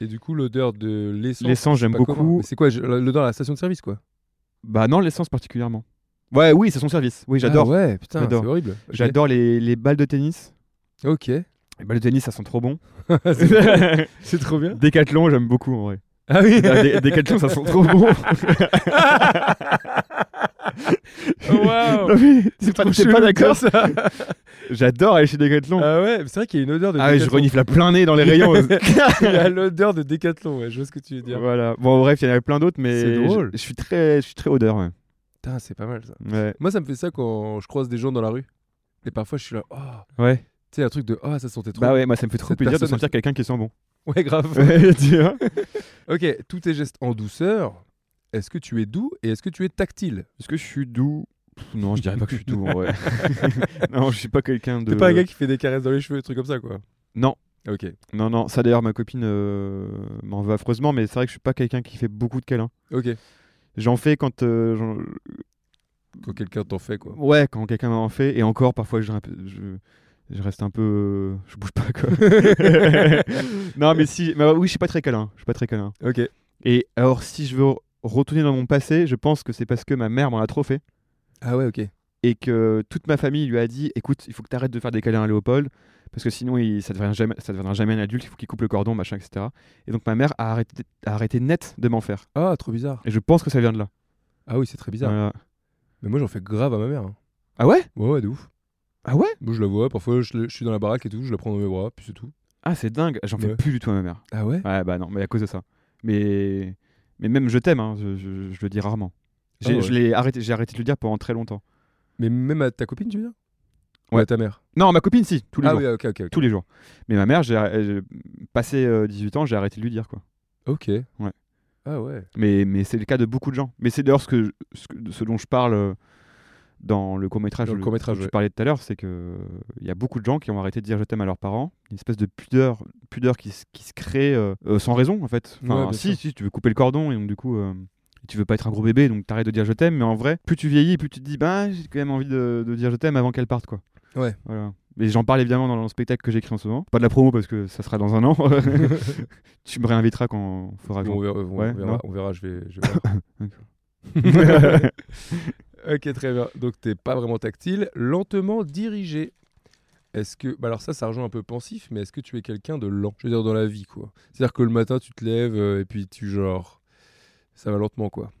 S4: Et du coup, l'odeur de l'essence.
S5: L'essence,
S4: c'est
S5: j'aime
S4: pas
S5: beaucoup.
S4: commun. Mais C'est quoi je- L'odeur à la station de service, quoi.
S5: Bah, non, l'essence particulièrement. Ouais, oui, c'est son service. Oui, j'adore.
S4: Ah ouais, putain, c'est
S5: J'adore.
S4: horrible. Ok.
S5: J'adore les, les balles de tennis.
S4: Ok.
S5: Les balles de tennis, ça sent trop bon.
S4: C'est- c'est trop bien.
S5: Décathlon, j'aime beaucoup en vrai.
S4: Ah oui.
S5: Ah, Dé- Décathlon, ça sent trop bon.
S4: Waouh.
S5: Non, mais t'es pas,
S4: Oh, Trop
S5: t'es pas
S4: chelou de
S5: d'accord
S4: dire ça.
S5: J'adore aller chez Décathlon.
S4: Ah ouais, mais c'est vrai qu'il y a une odeur de.
S5: Ah, je
S4: Décathlon.
S5: renifle à plein nez dans les rayons.
S4: Il y a l'odeur de décathlon. Ouais, je vois ce que tu veux dire.
S5: Voilà. Bon, bref, il y en avait plein d'autres, mais
S4: C'est drôle.
S5: Je, je suis très, je suis très odeur. Ouais.
S4: Putain, c'est pas mal ça.
S5: Ouais.
S4: Moi, ça me fait ça quand je croise des gens dans la rue. Et parfois, je suis là, oh,
S5: Ouais.
S4: tu sais, un truc de, oh, ça sentait trop.
S5: Bah ouais, moi ça me fait trop
S4: Cette
S5: plaisir de
S4: personne,
S5: sentir quelqu'un qui sent bon.
S4: ouais. grave.
S5: Ouais, tu vois
S4: ok, tous tes gestes en douceur, est-ce que tu es doux et est-ce que tu es tactile
S5: Est-ce que je suis doux Pff, Non, je dirais pas que je suis doux en vrai. non, je suis pas quelqu'un de.
S4: T'es pas un gars qui fait des caresses dans les cheveux, des trucs comme ça, quoi.
S5: Non,
S4: Ok.
S5: non, non. Ça d'ailleurs, ma copine euh, m'en veut affreusement, mais c'est vrai que je suis pas quelqu'un qui fait beaucoup de câlins.
S4: Ok.
S5: J'en fais quand. euh, j'en-
S4: Quand quelqu'un t'en fait, quoi.
S5: Ouais, quand quelqu'un m'en fait. Et encore, parfois, je, je, je reste un peu. euh, Je bouge pas, quoi. non, mais si. mais oui, je suis pas très câlin. Je suis pas très câlin.
S4: Ok.
S5: Et alors, si je veux retourner dans mon passé, je pense que c'est parce que ma mère m'en a trop fait.
S4: Ah ouais, ok.
S5: et que toute ma famille lui a dit écoute, il faut que tu arrêtes de faire des câlins à Léopold parce que sinon il, ça ne deviendra, jamais- ça deviendra jamais un adulte, il faut qu'il coupe le cordon, machin, etc. Et donc ma mère a arrêté, a arrêté net de m'en faire.
S4: Ah, trop bizarre.
S5: Et je pense que ça vient de là.
S4: Ah oui, c'est très bizarre.
S5: Voilà.
S4: Mais moi, j'en fais grave à ma mère. hein.
S5: Ah ouais
S4: Ouais, ouais, de ouf.
S5: Ah ouais
S4: Moi, je la vois, parfois, je, le- je suis dans la baraque et tout, je la prends dans mes bras, puis c'est tout.
S5: Ah c'est dingue, j'en fais
S4: Ouais.
S5: plus du tout à ma mère.
S4: Ah ouais
S5: Ouais bah non, mais à cause de ça. Mais, mais même je t'aime, hein, je, je- je le dis rarement. J'ai
S4: Ah ouais.
S5: je l'ai arrêté, j'ai arrêté de le dire pendant très longtemps.
S4: Mais même à ta copine, tu veux dire Ou
S5: Ouais.
S4: à ta mère
S5: Non, ma copine si, tous les
S4: Ah
S5: jours.
S4: oui, ok, ok. ok.
S5: Tous les jours. Mais ma mère, j'ai euh, j'ai- passé euh, 18 ans, j'ai arrêté de lui dire quoi.
S4: Ok.
S5: Ouais.
S4: Ah ouais.
S5: Mais, mais c'est le cas de beaucoup de gens. Mais c'est d'ailleurs ce, que, je- ce, que- de ce dont je parle euh, dans le court-métrage
S4: Dans le
S5: dont
S4: court-métrage,
S5: je
S4: ouais.
S5: parlais tout à l'heure, c'est qu'il y a beaucoup de gens qui ont arrêté de dire je t'aime à leurs parents. Une espèce de pudeur, pudeur qui, se- qui se crée euh, euh, sans raison, en fait. Enfin,
S4: Ouais, bien
S5: si,
S4: sûr.
S5: si, tu veux couper le cordon, et donc du coup... euh, tu veux pas être un gros bébé, donc t'arrêtes de dire je t'aime, mais en vrai, plus tu vieillis, plus tu te dis, bah, j'ai quand même envie de, de dire je t'aime avant qu'elle parte, quoi.
S4: Ouais.
S5: Voilà. Et j'en parle évidemment dans le spectacle que j'écris en ce moment. Pas de la promo parce que ça sera dans un an. tu me réinviteras quand il faudra que j'en
S4: on, verra, on
S5: Ouais,
S4: verra-
S5: non.
S4: on verra, je vais, je vais voir.
S5: ouais,
S4: ok, très bien. Donc, t'es pas vraiment tactile, lentement dirigé. Est-ce que. bah alors, ça, ça rejoint un peu pensif, mais est-ce que tu es quelqu'un de lent Je veux dire, dans la vie, quoi. C'est-à-dire que le matin, tu te lèves euh, et puis tu, genre. Ça va lentement, quoi.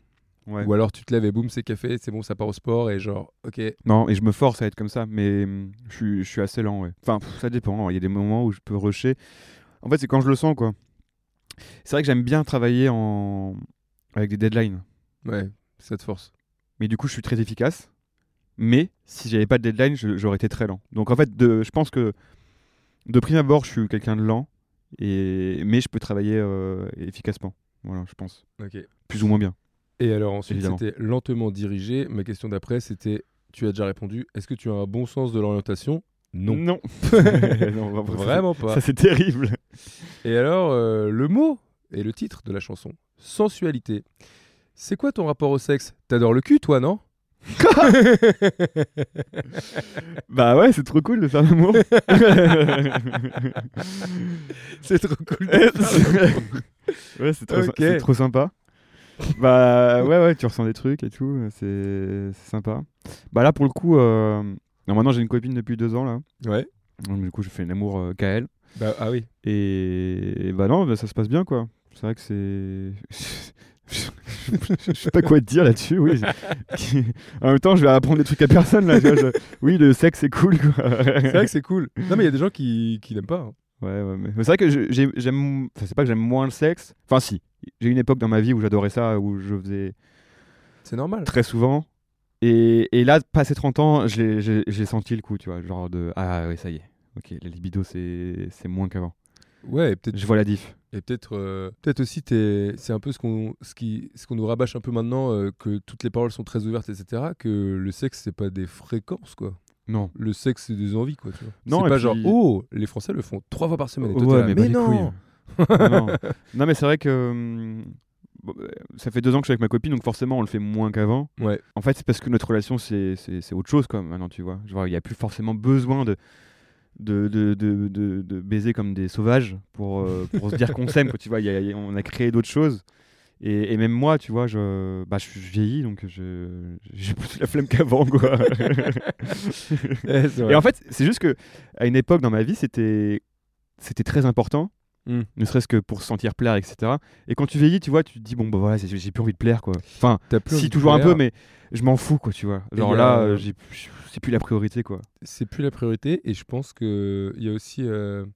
S4: Ou alors, tu te lèves et boum, c'est café, c'est bon, ça part au sport et genre, ok.
S5: Non, et je me force à être comme ça, mais hum, je suis, je suis assez lent, ouais. Enfin, pff, ça dépend. hein. Il y a des moments où je peux rusher. En fait, c'est quand je le sens, quoi. C'est vrai que j'aime bien travailler en... avec des deadlines.
S4: Ouais, ça te force.
S5: Mais du coup, je suis très efficace. Mais si j'avais pas de deadline, je- j'aurais été très lent. Donc en fait, de, je pense que de prime abord, je suis quelqu'un de lent. Et... Mais je peux travailler euh, efficacement. Voilà, je pense.
S4: Ok.
S5: Plus ou moins bien.
S4: Et alors, ensuite,
S5: Évidemment.
S4: c'était lentement dirigé. Ma question d'après, c'était. Tu as déjà répondu. Est-ce que tu as un bon sens de l'orientation Non.
S5: Non, Non,
S4: Vraiment
S5: ça,
S4: pas.
S5: c'est terrible.
S4: Et alors, euh, le mot et le titre de la chanson, sensualité. C'est quoi ton rapport au sexe T'adores le cul, toi, non
S5: Bah ouais, c'est trop cool de faire l'amour.
S4: C'est trop cool.
S5: ouais, c'est trop,
S4: Ok.
S5: c'est trop sympa. Bah ouais, ouais, tu ressens des trucs et tout, c'est c'est sympa. Bah là, pour le coup, euh, non, maintenant j'ai une copine depuis deux ans là.
S4: ouais.
S5: Donc, du coup, je fais l'amour euh, qu'à elle.
S4: Bah, ah oui.
S5: Et, et bah non, bah, ça se passe bien quoi. C'est vrai que c'est. je sais pas quoi te dire là-dessus, oui. en même temps, je vais apprendre des trucs à personne là. tu vois, je- Oui, le sexe c'est cool quoi.
S4: C'est vrai que c'est cool. Non, mais il y a des gens qui, qui n'aiment pas. hein.
S5: Ouais, ouais, mais, mais c'est vrai que je- j'ai- j'aime. Enfin, c'est pas que j'aime moins le sexe. Enfin, si. J'ai eu une époque dans ma vie où j'adorais ça, où je faisais
S4: C'est normal.
S5: très souvent. Et, et là, passé 30 ans, je l'ai- j'ai j'ai senti le coup, tu vois. Genre de. Ah, ouais, ça y est. Ok, la libido, c'est c'est moins qu'avant.
S4: Ouais, et peut-être
S5: Je vois la diff.
S4: Et peut-être euh, peut-être aussi, t'es- c'est un peu ce qu'on ce qui- ce qu'on nous rabâche un peu maintenant, euh, que toutes les paroles sont très ouvertes, etc. Que le sexe, c'est pas des fréquences, quoi.
S5: Non.
S4: Le sexe, c'est des envies, quoi. tu vois.
S5: Non,
S4: c'est
S5: et
S4: pas
S5: puis-
S4: genre, oh, les Français le font trois fois par semaine. Et toi, t'es là,
S5: Ouais, mais, bah, les
S4: non
S5: couilles. non. Non, mais c'est vrai que. hum, bon, euh, Ça fait deux ans que je suis avec ma copine, donc forcément on le fait moins qu'avant.
S4: Ouais,
S5: En fait, c'est parce que notre relation, c'est c'est- c'est autre chose, quoi, maintenant, tu vois. Genre, il n'y a plus forcément besoin de, de, de, de, de- de baiser comme des sauvages pour, euh, pour se dire qu'on s'aime, quoi, tu vois. Il y a- il y a- on a créé d'autres choses. Et, et même moi, tu vois, je, bah, je vieillis, donc je- j'ai plus la flemme qu'avant, quoi.
S4: Eh, c'est vrai.
S5: Et en fait, c'est juste que à une époque dans ma vie, c'était c'était très important,
S4: Mm.
S5: ne serait-ce que pour se sentir plaire, etc. Et quand tu vieillis, tu vois, tu te dis bon bah voilà, c'est- j'ai plus envie de plaire quoi. Enfin,
S4: T'as plus envie
S5: si
S4: de
S5: toujours un
S4: plaire.
S5: peu, mais je m'en fous quoi, tu vois.
S4: Et
S5: Genre
S4: y a-
S5: là, euh, j'ai- c'est plus la priorité quoi.
S4: c'est plus la priorité et je pense que il y a aussi euh,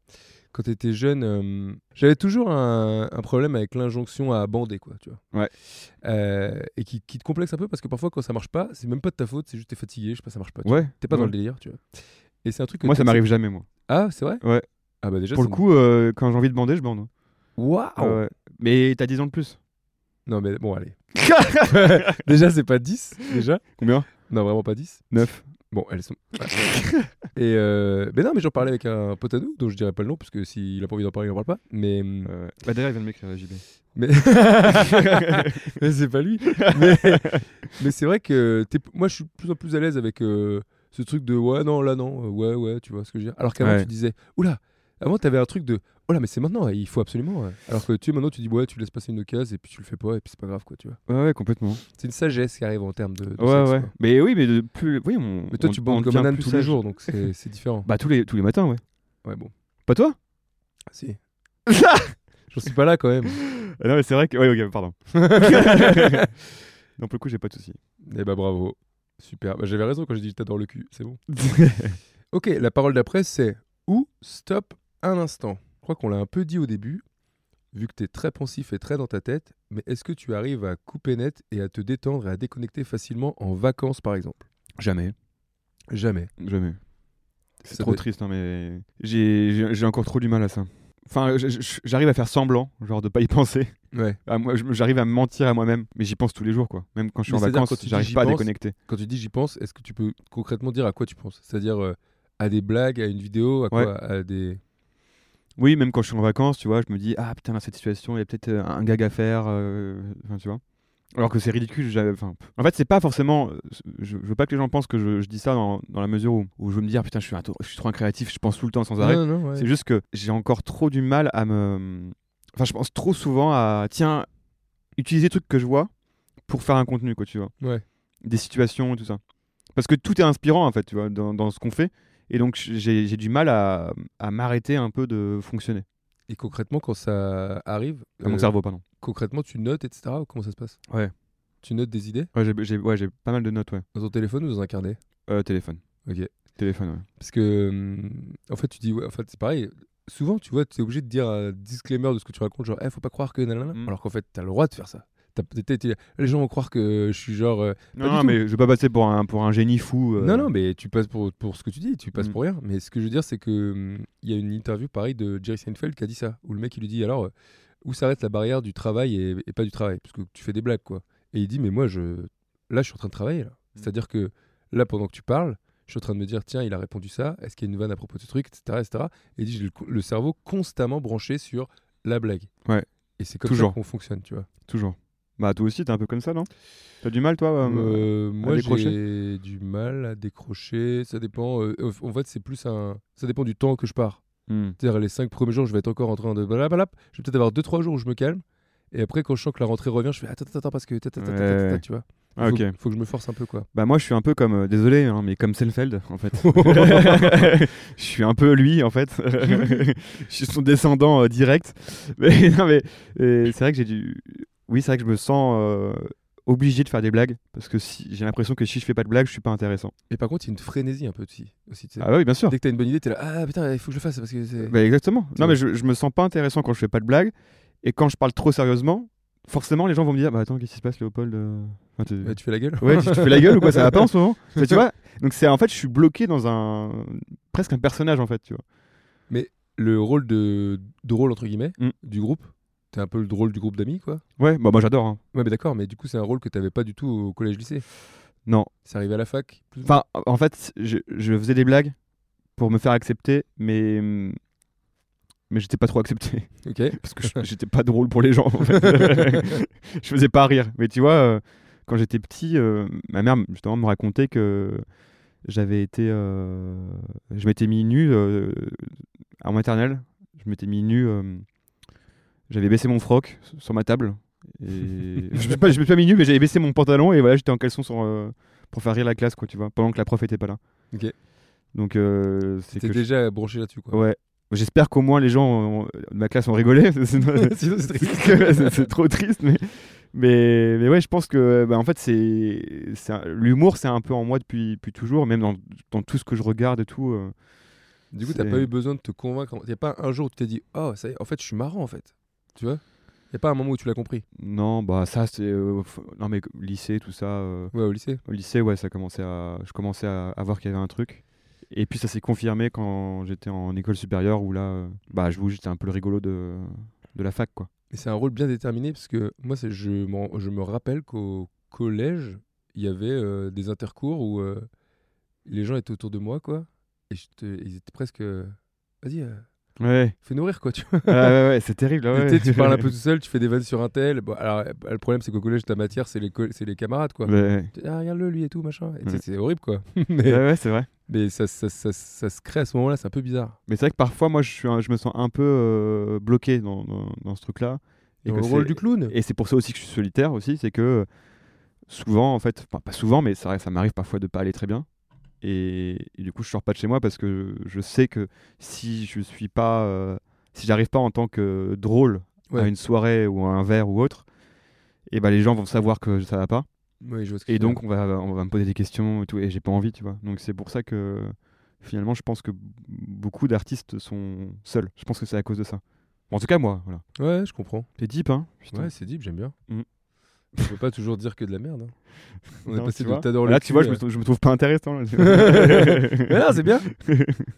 S4: quand tu étais jeune euh, j'avais toujours un, un problème avec l'injonction à bander quoi tu vois
S5: Ouais.
S4: Euh, et qui, qui te complexe un peu parce que parfois quand ça marche pas c'est même pas de ta faute c'est juste t'es fatigué je sais pas ça marche pas tu vois.
S5: Ouais.
S4: t'es pas dans
S5: ouais.
S4: le délire tu vois Et c'est un truc que
S5: Moi, ça
S4: t'acceptes-
S5: m'arrive jamais, moi.
S4: Ah, c'est vrai
S5: Ouais.
S4: Ah bah déjà,
S5: Pour le
S4: c'est-
S5: coup, euh, quand j'ai envie de bander, je bande.
S4: Waouh
S5: Ah ouais. Mais t'as 10 ans de plus.
S4: Non, mais bon, allez. déjà, c'est pas 10, déjà.
S5: Combien
S4: Non, vraiment pas 10.
S5: 9.
S4: Bon, elles sont. Et euh, Mais non, mais j'en parlais avec un pote à nous, dont je dirais pas le nom, parce que s'il a pas envie d'en parler, il en parle pas. Mais. hum,
S5: Bah, d'ailleurs, il vient de m'écrire, JB.
S4: Mais, Mais c'est pas lui. Mais, mais c'est vrai que t'es- moi, je suis de plus en plus à l'aise avec euh, ce truc de ouais, non, là, non, euh, ouais, ouais, tu vois ce que je veux dire. Alors qu'avant,
S5: Ouais.
S4: tu disais, oula, avant, t'avais un truc de oh là, mais c'est maintenant, il faut absolument. ouais. Alors que tu sais, maintenant, tu dis, ouais, tu laisses passer une occasion et puis tu le fais pas, et puis c'est pas grave, quoi, tu vois.
S5: Ouais, ouais, complètement.
S4: C'est une sagesse qui arrive en termes de. de
S5: Ouais,
S4: sexe,
S5: ouais.
S4: quoi.
S5: Mais oui, mais de plus. Oui, on,
S4: Mais toi,
S5: on-
S4: tu
S5: on
S4: bandes comme
S5: devient
S4: un âne
S5: plus
S4: tous les
S5: sage.
S4: jours, donc c'est c'est différent.
S5: Bah, tous les, tous les matins, ouais.
S4: Ouais, bon.
S5: Pas toi
S4: Si. J'en suis pas là quand même.
S5: Ah Non, mais c'est vrai que. Ouais, ok, pardon. non, pour le coup, j'ai pas de soucis.
S4: Eh bah bravo. Super. Bah, J'avais raison quand j'ai dit je t'adore le cul. C'est bon. Ok, la parole d'après, c'est ou stop un instant. Je crois qu'on l'a un peu dit au début, vu que t'es très pensif et très dans ta tête, mais est-ce que tu arrives à couper net et à te détendre et à déconnecter facilement en vacances, par exemple
S5: Jamais.
S4: Jamais.
S5: Jamais. C'est
S4: Ça
S5: trop
S4: doit-
S5: triste, hein, mais j'ai- j'ai j'ai encore trop du mal à ça. Enfin, j- j- j'arrive à faire semblant, genre de pas y penser.
S4: Ouais.
S5: À moi- je- J'arrive à me mentir à moi-même, mais j'y pense tous les jours, quoi. Même quand je suis
S4: Mais
S5: en
S4: c'est-à-dire,
S5: vacances,
S4: quand tu dis
S5: j'arrive
S4: j'y
S5: pas à
S4: pense,
S5: déconnecter.
S4: Quand tu dis j'y pense, est-ce que tu peux concrètement dire à quoi tu penses C'est-à-dire euh, à des blagues, à une vidéo, à quoi À des.
S5: Oui, même quand je suis en vacances, tu vois, je me dis ah putain dans cette situation, il y a peut-être euh, un gag à faire, euh, enfin tu vois. Alors que c'est ridicule. j'a- Enfin, pff. en fait, c'est pas forcément. euh, Je, je veux pas que les gens pensent que je, je dis ça dans, dans la mesure où, où je veux me dire putain je suis, un tro- je suis trop créatif, je pense tout le temps sans arrêt.
S4: Non, non, ouais.
S5: C'est juste que j'ai encore trop du mal à me. Enfin, je pense trop souvent à tiens utiliser les trucs que je vois pour faire un contenu quoi, tu vois.
S4: Ouais.
S5: Des situations et tout ça. Parce que tout est inspirant en fait, tu vois, dans, dans ce qu'on fait. Et donc j'ai j'ai du mal à, à m'arrêter un peu de fonctionner.
S4: Et concrètement, quand ça arrive,
S5: À mon
S4: euh,
S5: cerveau, pardon.
S4: concrètement, tu notes, etc. ou comment ça se passe
S5: Ouais.
S4: Tu notes des idées
S5: Ouais, j'ai ouais, j'ai pas mal de notes, ouais.
S4: dans ton téléphone ou dans un carnet
S5: Euh, téléphone.
S4: Ok.
S5: Téléphone, ouais.
S4: Parce que, hum, en fait, tu dis, ouais, en fait, c'est pareil. Souvent, tu vois, tu es obligé de dire un disclaimer de ce que tu racontes, genre, eh, faut pas croire que nanana.
S5: Mm.
S4: Alors qu'en fait, t'as le droit de faire ça. T'as- t'es- t'es- t'es- les gens vont croire que je suis genre. euh,
S5: Non,
S4: du
S5: non,
S4: tout.
S5: mais je vais pas passer pour un, pour un génie fou. euh.
S4: Non, non, mais tu passes pour, pour ce que tu dis, tu passes
S5: Mm.
S4: pour rien. Mais ce que je veux dire, c'est que hum, il y a une interview, pareil, de Jerry Seinfeld qui a dit ça, où le mec, il lui dit, alors, euh, où s'arrête la barrière du travail et, et pas du travail Parce que tu fais des blagues, quoi. Et il dit, mais moi, je, là, je suis en train de travailler. là.
S5: Mm.
S4: C'est-à-dire que là, pendant que tu parles, je suis en train de me dire, tiens, il a répondu ça, est-ce qu'il y a une vanne à propos de ce truc, etc. etc. Et il dit, j'ai le, co- le cerveau constamment branché sur la blague.
S5: Ouais.
S4: Et c'est comme
S5: Toujours.
S4: ça qu'on fonctionne, tu vois.
S5: Toujours. Bah, toi aussi, t'es un peu comme ça, non T'as du mal, toi à me-
S4: Euh, moi,
S5: décrocher
S4: j'ai du mal à décrocher. Ça dépend. euh, en fait, c'est plus un. Ça dépend du temps que je pars.
S5: Hmm.
S4: C'est-à-dire, les cinq premiers jours, je vais être encore en train de. blablabla. Je vais peut-être avoir deux, trois jours où je me calme. Et après, quand je sens que la rentrée revient, je fais attends, attends, attends, parce que. ta, ta, ta, ta, ta, ta, ta,
S5: Ouais.
S4: Tu vois.
S5: Ah,
S4: faut,
S5: ok.
S4: faut que je me force un peu, quoi.
S5: Bah, moi, je suis un peu comme. euh, désolé, hein, mais comme Seinfeld, en fait. je suis un peu lui, en fait. je suis son descendant euh, direct. Mais non, mais euh, c'est vrai que j'ai du. Oui, c'est vrai que je me sens euh, obligé de faire des blagues. Parce que si... j'ai l'impression que si je fais pas de blagues, je suis pas intéressant.
S4: Et par contre, il y a une frénésie un peu aussi. aussi tu sais.
S5: Ah, bah oui, bien sûr.
S4: Dès que t'as une bonne idée, t'es là, ah putain, il faut que je le fasse parce que c'est.
S5: Bah, exactement.
S4: C'est
S5: Non,
S4: vrai.
S5: mais je, je me sens pas intéressant quand je fais pas de blagues. Et quand je parle trop sérieusement, forcément, les gens vont me dire Bah attends, qu'est-ce qui se passe, Léopold euh Enfin, t'es-
S4: Ouais, tu fais la gueule
S5: Ouais, tu te fais la gueule ou quoi Ça va pas en ce moment Enfin, Tu vois Donc, c'est en fait, je suis bloqué dans un. presque un personnage, en fait, tu vois.
S4: Le rôle de drôle, entre guillemets,
S5: Mm.
S4: du groupe. T'es un peu le drôle du groupe d'amis, quoi.
S5: Ouais, bah moi j'adore. hein.
S4: Ouais, mais d'accord, mais du coup, c'est un rôle que t'avais pas du tout au collège-lycée.
S5: Non.
S4: C'est arrivé à la fac plus ou
S5: Enfin, en fait, je, je faisais des blagues pour me faire accepter, mais. Mais j'étais pas trop accepté.
S4: moins. Ok.
S5: Parce que je- j'étais pas drôle pour les gens. en fait. je faisais pas rire. Mais tu vois, euh, quand j'étais petit, euh, ma mère justement me racontait que j'avais été. euh, je m'étais mis nu euh, en maternelle. Je m'étais mis nu. euh, j'avais baissé mon froc sur ma table. Et... je me suis pas, je me suis pas mis nu, mais j'avais baissé mon pantalon et voilà, j'étais en caleçon sur, euh, pour faire rire la classe, quoi, tu vois, pendant que la prof était pas là.
S4: Ok.
S5: Donc, euh, c'est
S4: T'es
S5: que. je-
S4: déjà branché là-dessus, quoi.
S5: Ouais. J'espère qu'au moins les gens ont- de ma classe ont rigolé. Sinon-
S4: Sinon, c'est triste.
S5: c'est c'est trop triste, mais, mais, mais ouais, je pense que bah, en fait, c'est c'est un- l'humour, c'est un peu en moi depuis, depuis toujours, même dans, dans tout ce que je regarde et tout. euh.
S4: Du coup, t'as
S5: C'est-
S4: pas eu besoin de te convaincre. Y a pas un jour où tu t'es dit, oh, ça y est, en fait, je suis marrant, en fait. Tu vois Y a pas un moment où tu l'as compris.
S5: Non, bah ça, c'est. euh, f- non, mais lycée, tout ça. euh,
S4: Ouais, au lycée.
S5: au lycée, ouais, ça commençait à. Je commençais à, à voir qu'il y avait un truc. Et puis ça s'est confirmé quand j'étais en école supérieure où là, euh, bah, j'avoue, j'étais un peu le rigolo de, de la fac, quoi.
S4: Mais c'est un rôle bien déterminé parce que moi, c'est- je, m'en- je me rappelle qu'au collège, il y avait euh, des intercours où euh, les gens étaient autour de moi, quoi. Et j'étais- ils étaient presque. euh, Vas-y, euh,
S5: Ouais,
S4: fais nourrir, quoi, tu vois.
S5: ouais, ouais, ouais, c'est terrible. ouais.
S4: Et tu sais, tu parles un peu tout seul, tu fais des vannes sur un tel. Bon, alors, euh, le problème, c'est qu'au collège, ta matière, c'est les, co- c'est les camarades, quoi.
S5: Ouais, ouais,
S4: Tu dis, Ah, regarde-le, lui et tout, machin. Et tu sais,
S5: Ouais.
S4: C'est horrible, quoi.
S5: Mm. ouais,
S4: mais
S5: ouais, c'est vrai.
S4: mais ça, ça, ça- ça se crée à ce moment-là, c'est un peu bizarre.
S5: Mais c'est vrai que parfois, moi, je, suis un- je me sens un peu euh, bloqué dans, dans, dans ce truc-là.
S4: Et
S5: que
S4: le
S5: c'est-
S4: rôle du clown.
S5: Et c'est pour ça aussi que je suis solitaire aussi, c'est que euh, souvent, en fait, enfin pas souvent, mais ça, ça m'arrive parfois de pas aller très bien. Et, et du coup, je sors pas de chez moi parce que je sais que si je suis pas, euh, si j'arrive pas en tant que drôle à
S4: Ouais.
S5: une soirée ou à un verre ou autre, et ben les gens vont savoir que ça va pas.
S4: Oui, je vois ce que
S5: Et
S4: tu veux
S5: donc on va, on va me poser des questions et tout, et j'ai pas envie, tu vois. Donc c'est pour ça que finalement, je pense que beaucoup d'artistes sont seuls. Je pense que c'est à cause de ça. En tout cas, moi, voilà.
S4: dire. Ouais, je comprends.
S5: T'es deep, hein putain.
S4: Ouais, c'est deep, j'aime bien.
S5: Mm.
S4: On peut pas toujours dire que de la merde. hein. On est
S5: Non,
S4: passé
S5: tu
S4: de
S5: vois. Ah
S4: t'adores le
S5: Là, tu
S4: cul
S5: vois,
S4: à-
S5: je me, trou- je me trouve pas intéressant. là.
S4: Mais non, c'est bien.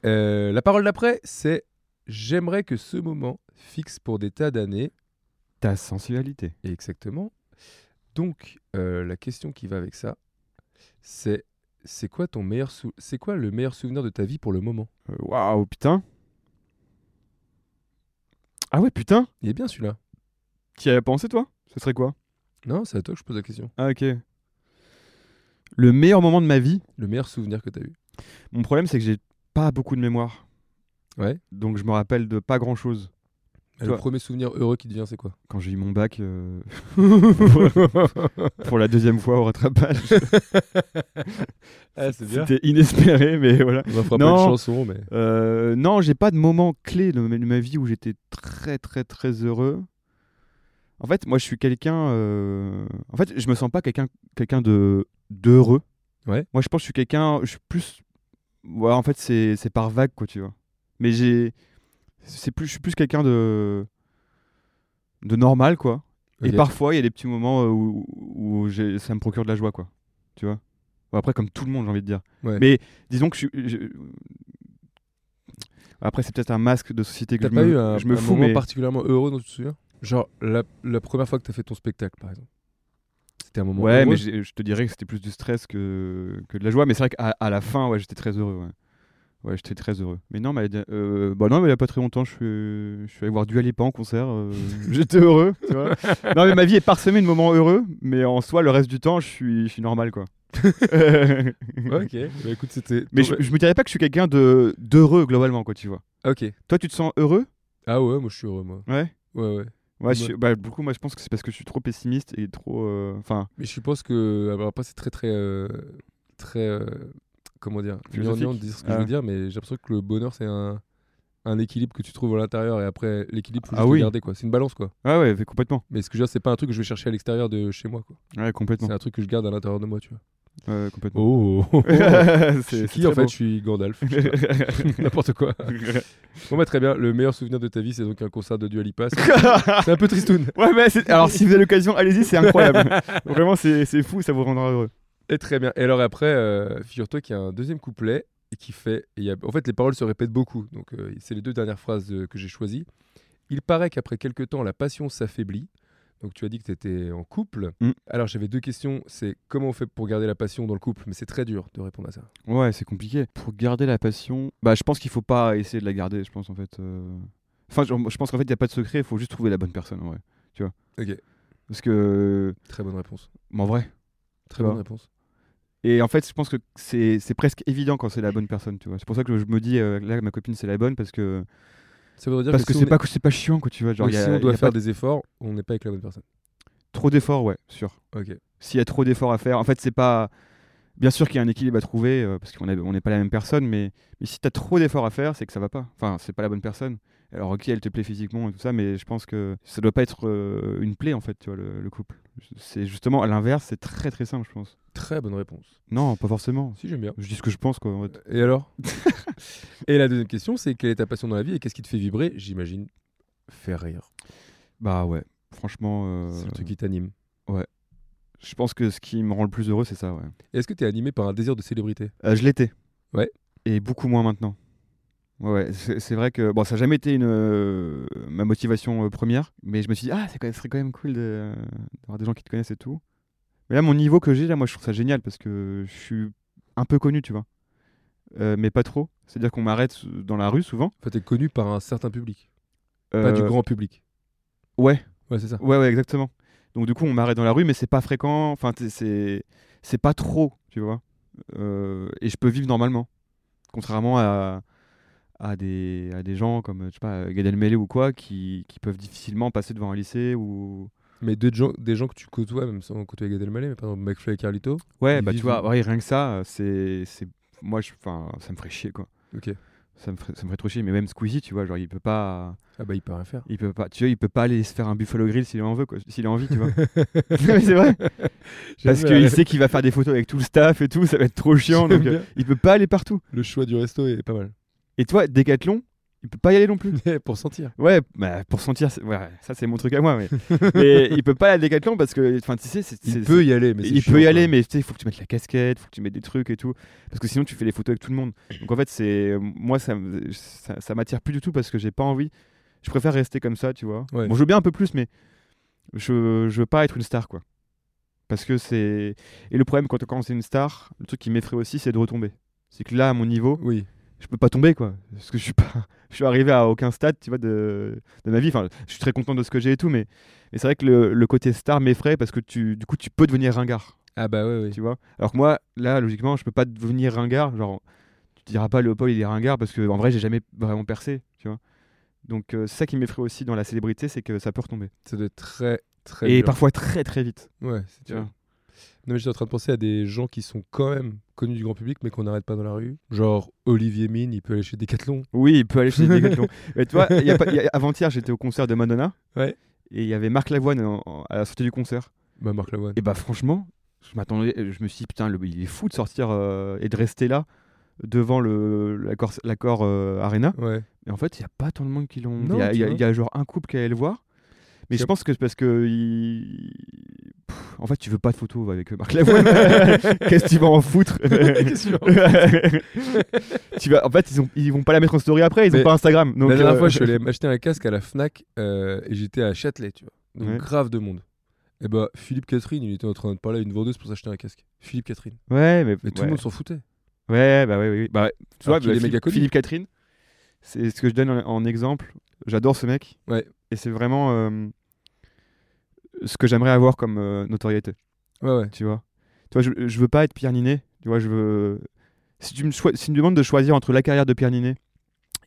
S4: Euh, la parole d'après, c'est J'aimerais que ce moment fixe pour des tas d'années.
S5: Ta sensualité.
S4: Exactement. Donc, euh, la question qui va avec ça, c'est c'est quoi ton meilleur sou- c'est quoi le meilleur souvenir de ta vie pour le moment
S5: Euh, Waouh, putain. Ah ouais, putain.
S4: Il est bien celui-là.
S5: Tu y avais pensé, toi Ce serait quoi
S4: Non, c'est à toi que je pose la question.
S5: Ah, ok. Le meilleur moment de ma vie.
S4: Le meilleur souvenir que tu as eu.
S5: Mon problème, c'est que j'ai pas beaucoup de mémoire.
S4: Ouais.
S5: Donc, je me rappelle de pas grand chose.
S4: Le
S5: Toi.
S4: premier souvenir heureux qui te vient, c'est quoi
S5: Quand j'ai eu mon bac euh, pour- pour la deuxième fois au rattrapage,
S4: Ah,
S5: c'était inespéré, mais voilà.
S4: On en fera
S5: Non.
S4: pas une chanson, mais.
S5: Euh, non, j'ai pas de moment clé de ma, de ma vie où j'étais très très très heureux. En fait, moi, je suis quelqu'un. euh, En fait, je me sens pas quelqu'un quelqu'un de d'heureux.
S4: Ouais.
S5: Moi, je pense que je suis quelqu'un. Je suis plus. Ouais, en fait, c'est c'est par vague, quoi, tu vois. Mais j'ai. C'est plus. Je suis plus quelqu'un de de normal, quoi. Et
S4: Ok.
S5: parfois, il y a des petits moments euh, où, où j'ai- ça me procure de la joie, quoi. Tu vois Bon, Après, comme tout le monde, j'ai envie de dire.
S4: Ouais.
S5: Mais disons que je suis. je- Après, c'est peut-être un masque de société que
S4: T'as
S5: je
S4: pas
S5: me,
S4: eu un,
S5: je me
S4: un
S5: fous,
S4: moment
S5: mais
S4: particulièrement heureux dont tu te souviens Genre la, la première fois que t'as fait ton spectacle, par exemple. C'était un moment
S5: ouais,
S4: heureux.
S5: mais j'ai- je te dirais que c'était plus du stress que, que de la joie. Mais c'est vrai qu'à à la fin, ouais, j'étais très heureux. Ouais, ouais j'étais très heureux. Mais non, mais euh, bah non, mais il y a pas très longtemps, je suis, je suis allé voir Dua Lipa en concert. euh, j'étais heureux. Tu vois non, mais ma vie est parsemée de moments heureux, mais en soi, le reste du temps, je suis, je suis normal, quoi.
S4: Ok. Bah, écoute, c'était.
S5: Mais je,
S4: ton-
S5: je me dirais pas que je suis quelqu'un de d'heureux globalement, quoi, tu vois.
S4: Ok.
S5: Toi, tu te sens heureux
S4: Ah ouais, moi je suis heureux, moi.
S5: Ouais.
S4: Ouais, ouais.
S5: Ouais, je suis- bah, beaucoup, moi, je pense que c'est parce que je suis trop pessimiste et trop. euh, Enfin,
S4: Mais je pense que. Alors après, c'est très, très. euh, très. euh, comment dire
S5: Philosophique.
S4: gnangnan de dire ce que je
S5: Ah.
S4: veux dire, mais j'ai l'impression que le bonheur, c'est un. Un équilibre que tu trouves à l'intérieur et après l'équilibre, faut
S5: Ah
S4: juste le
S5: oui.
S4: garder quoi. C'est une balance quoi.
S5: ouais, ouais, fait complètement.
S4: Mais ce que je veux dire, c'est pas un truc que je vais chercher à l'extérieur de chez moi quoi.
S5: Ouais, complètement.
S4: C'est un truc que je garde à l'intérieur de moi, tu vois.
S5: Ouais, complètement.
S4: Oh, Je
S5: c'est
S4: suis qui
S5: c'est
S4: en
S5: très
S4: fait
S5: beau.
S4: Je suis Gandalf. je sais pas. N'importe quoi. Bon bah très bien, le meilleur souvenir de ta vie c'est donc un concert de Dualipa. C'est c'est un peu tristoun.
S5: ouais, mais c'est- alors si vous avez l'occasion, allez-y, c'est incroyable. Vraiment, c'est c'est fou, ça vous rendra heureux.
S4: Et très bien. Et alors après, euh, figure-toi qu'il y a un deuxième couplet et qui fait... il y a- En fait les paroles se répètent beaucoup, donc euh, c'est les deux dernières phrases euh, que j'ai choisies. Il paraît qu'après quelques temps la passion s'affaiblit. Donc tu as dit que tu étais en couple.
S5: Mm.
S4: Alors j'avais deux questions, c'est comment on fait pour garder la passion dans le couple Mais c'est très dur de répondre à ça.
S5: Ouais, c'est compliqué. Pour garder la passion, bah, je pense qu'il faut pas essayer de la garder. Je pense en fait. euh, Enfin, je, je pense qu'en fait, il y a pas de secret. Il faut juste trouver la bonne personne, en vrai. Tu vois.
S4: Ok.
S5: Parce que,
S4: Très bonne réponse.
S5: mais en vrai.
S4: Très
S5: vois.
S4: bonne réponse.
S5: Et en fait, je pense que c'est c'est presque évident quand c'est la bonne personne, tu vois. C'est pour ça que je me dis euh, là, ma copine, c'est la bonne parce que
S4: Ça veut dire
S5: parce que
S4: si
S5: c'est
S4: on
S5: pas
S4: est-
S5: que c'est pas chiant, quoi. Tu vois, genre
S4: donc,
S5: il y a,
S4: si on
S5: il y
S4: doit
S5: a
S4: faire
S5: pas
S4: des efforts, on n'est pas avec la bonne personne.
S5: trop d'efforts, ouais, sûr.
S4: Ok.
S5: S'il y a trop d'efforts à faire, en fait, c'est pas bien sûr qu'il y a un équilibre à trouver euh, parce qu'on est- on n'est pas la même personne, mais mais si t'as trop d'efforts à faire, c'est que ça va pas. Enfin, c'est pas la bonne personne. Alors ok, elle te plaît physiquement et tout ça, mais je pense que ça doit pas être euh, une plaie en fait, tu vois, le, le couple. C'est justement à l'inverse, c'est très très simple, je pense.
S4: Très bonne réponse.
S5: Non, pas forcément.
S4: Si j'aime bien.
S5: Je dis ce que je pense, quoi. en fait.
S4: Et alors Et la deuxième question, c'est quelle est ta passion dans la vie et qu'est-ce qui te fait vibrer J'imagine faire rire.
S5: Bah ouais. Franchement, euh,
S4: C'est le truc qui t'anime.
S5: je pense que ce qui me rend le plus heureux, c'est ça, ouais.
S4: Et Est-ce que tu es animé par un désir de célébrité
S5: Euh, je l'étais.
S4: Ouais.
S5: et beaucoup moins maintenant. Ouais, ouais, c'est c'est vrai que bon, ça n'a jamais été une, euh, ma motivation euh, première, mais je me suis dit, ah, c'est quand même- ce serait quand même cool de- d'avoir des gens qui te connaissent et tout. Mais là, mon niveau que j'ai, là, moi, je trouve ça génial parce que je suis un peu connu, tu vois. Euh, mais pas trop. C'est-à-dire qu'on m'arrête euh, dans la rue souvent.
S4: Enfin, t'es connu par un certain public, pas du
S5: Euh,
S4: grand public.
S5: Ouais,
S4: Ouais, c'est ça.
S5: ouais, ouais, exactement. Donc, du coup, on m'arrête dans la rue, mais c'est pas fréquent. Enfin, t'es- c'est c'est pas trop, tu vois. Euh, et je peux vivre normalement. Contrairement à, à, des, à des gens comme, je sais pas, Gad Elmaleh ou quoi, qui, qui peuvent difficilement passer devant un lycée ou.
S4: Mais des gens, des gens que tu côtoies, même sans côtoyer Gad Elmaleh, mais par exemple McFly et Carlito.
S5: Ouais,
S4: Ils
S5: bah, tu
S4: vivent-
S5: vois, ouais, rien que ça, c'est. c'est- Moi, je, enfin, ça me ferait chier, quoi.
S4: Ok.
S5: Ça me, ferait, ça me ferait trop chier. Mais même Squeezie, tu vois, genre, il peut pas.
S4: Ah bah il peut rien faire.
S5: Il peut pas, tu vois, il peut pas aller se faire un Buffalo Grill s'il en veut, quoi, s'il a envie, tu vois. Mais c'est vrai. Parce
S4: J'aime bien.
S5: qu'il sait qu'il va faire des photos avec tout le staff et tout, ça va être trop chiant.
S4: J'aime
S5: Donc, euh,
S4: bien.
S5: il peut pas aller partout.
S4: Le choix du resto est pas mal.
S5: Et toi, Decathlon, il peut pas y aller non plus.
S4: Mais pour sentir.
S5: Ouais, bah, pour sentir, c'est- ouais, ça c'est mon truc à moi. Mais, mais il peut pas aller à Decathlon parce que, enfin, tu sais, c'est-
S4: Il
S5: c'est-
S4: peut y aller, mais c'est
S5: il
S4: chiant,
S5: peut y
S4: quoi.
S5: aller, mais tu sais, il faut que tu mettes la casquette, il faut que tu mettes des trucs et tout. Parce que sinon, tu fais les photos avec tout le monde. Donc en fait, c'est moi, ça, me- ça, ça m'attire plus du tout parce que j'ai pas envie. Je préfère rester comme ça, tu vois.
S4: Ouais.
S5: Bon, je veux bien un peu plus, mais je, je veux pas être une star, quoi. Parce que c'est. Et le problème, quand, quand c'est une star, le truc qui m'effraie aussi, c'est de retomber. C'est que là, à mon niveau,
S4: Oui.
S5: je peux pas tomber, quoi. Parce que je suis pas. Je suis arrivé à aucun stade, tu vois, de, de ma vie. Enfin, je suis très content de ce que j'ai et tout, mais, mais c'est vrai que le, le côté star m'effraie parce que tu, du coup, tu peux devenir ringard
S4: Ah bah ouais, ouais.
S5: tu vois alors que moi là logiquement je peux pas devenir ringard genre tu te diras pas Léopold il est ringard parce que en vrai j'ai jamais vraiment percé tu vois donc euh, c'est ça qui m'effraie aussi dans la célébrité c'est que ça peut retomber
S4: Ça doit être très très.
S5: et
S4: dur.
S5: parfois très très vite
S4: Ouais, c'est
S5: tu
S4: dur.
S5: vois.
S4: Non mais j'étais en train de penser à des gens qui sont quand même connus du grand public, mais qu'on n'arrête pas dans la rue. Genre Olivier Mine, il peut aller chez Decathlon.
S5: oui il peut aller chez Decathlon mais toi il y a pas- il y a- avant-hier j'étais au concert de Madonna
S4: Ouais.
S5: et il y avait Marc Lavoine en- en- à la sortie du concert
S4: Bah Marc Lavoine.
S5: et bah franchement je m'attendais je me suis dit putain le- il est fou de sortir euh, et de rester là devant le l'accord l'accord euh, arena
S4: Ouais.
S5: Mais en fait, il n'y a pas tant de monde qui l'ont.
S4: Non,
S5: Il y, a-
S4: tu
S5: y a-
S4: vois.
S5: y a genre un couple qui allait le voir. Mais
S4: Yep.
S5: je pense que c'est parce que. il- Pff, En fait, tu veux pas de photos avec Marc Lavoine. Qu'est-ce que tu vas en foutre
S4: Qu'est-ce que tu
S5: tu vas... En fait, ils, ont... ils vont pas la mettre en story après, ils ont
S4: Mais
S5: pas Instagram. Donc,
S4: la dernière
S5: euh,
S4: fois, je suis allé m'acheter un casque à la Fnac euh, et j'étais à Châtelet, tu vois. Donc
S5: Ouais.
S4: grave de monde. Et bah Philippe Catherine, il était en train de parler à une vendeuse pour s'acheter un casque. Philippe Catherine.
S5: Ouais, mais.
S4: Mais tout
S5: ouais.
S4: le monde s'en foutait.
S5: Ouais, bah ouais, ouais, ouais. Bah, tu
S4: Alors
S5: vois,
S4: qu'il est
S5: Philippe,
S4: méga connu.
S5: Philippe Catherine, c'est ce que je donne en, en exemple. J'adore ce mec.
S4: Ouais.
S5: Et c'est vraiment euh, ce que j'aimerais avoir comme euh, notoriété.
S4: Ouais, ouais.
S5: tu vois. Toi, je, je veux pas être Pierre Ninet, tu vois, je veux... Si tu, me choi- si tu me demandes de choisir entre la carrière de Pierre Ninet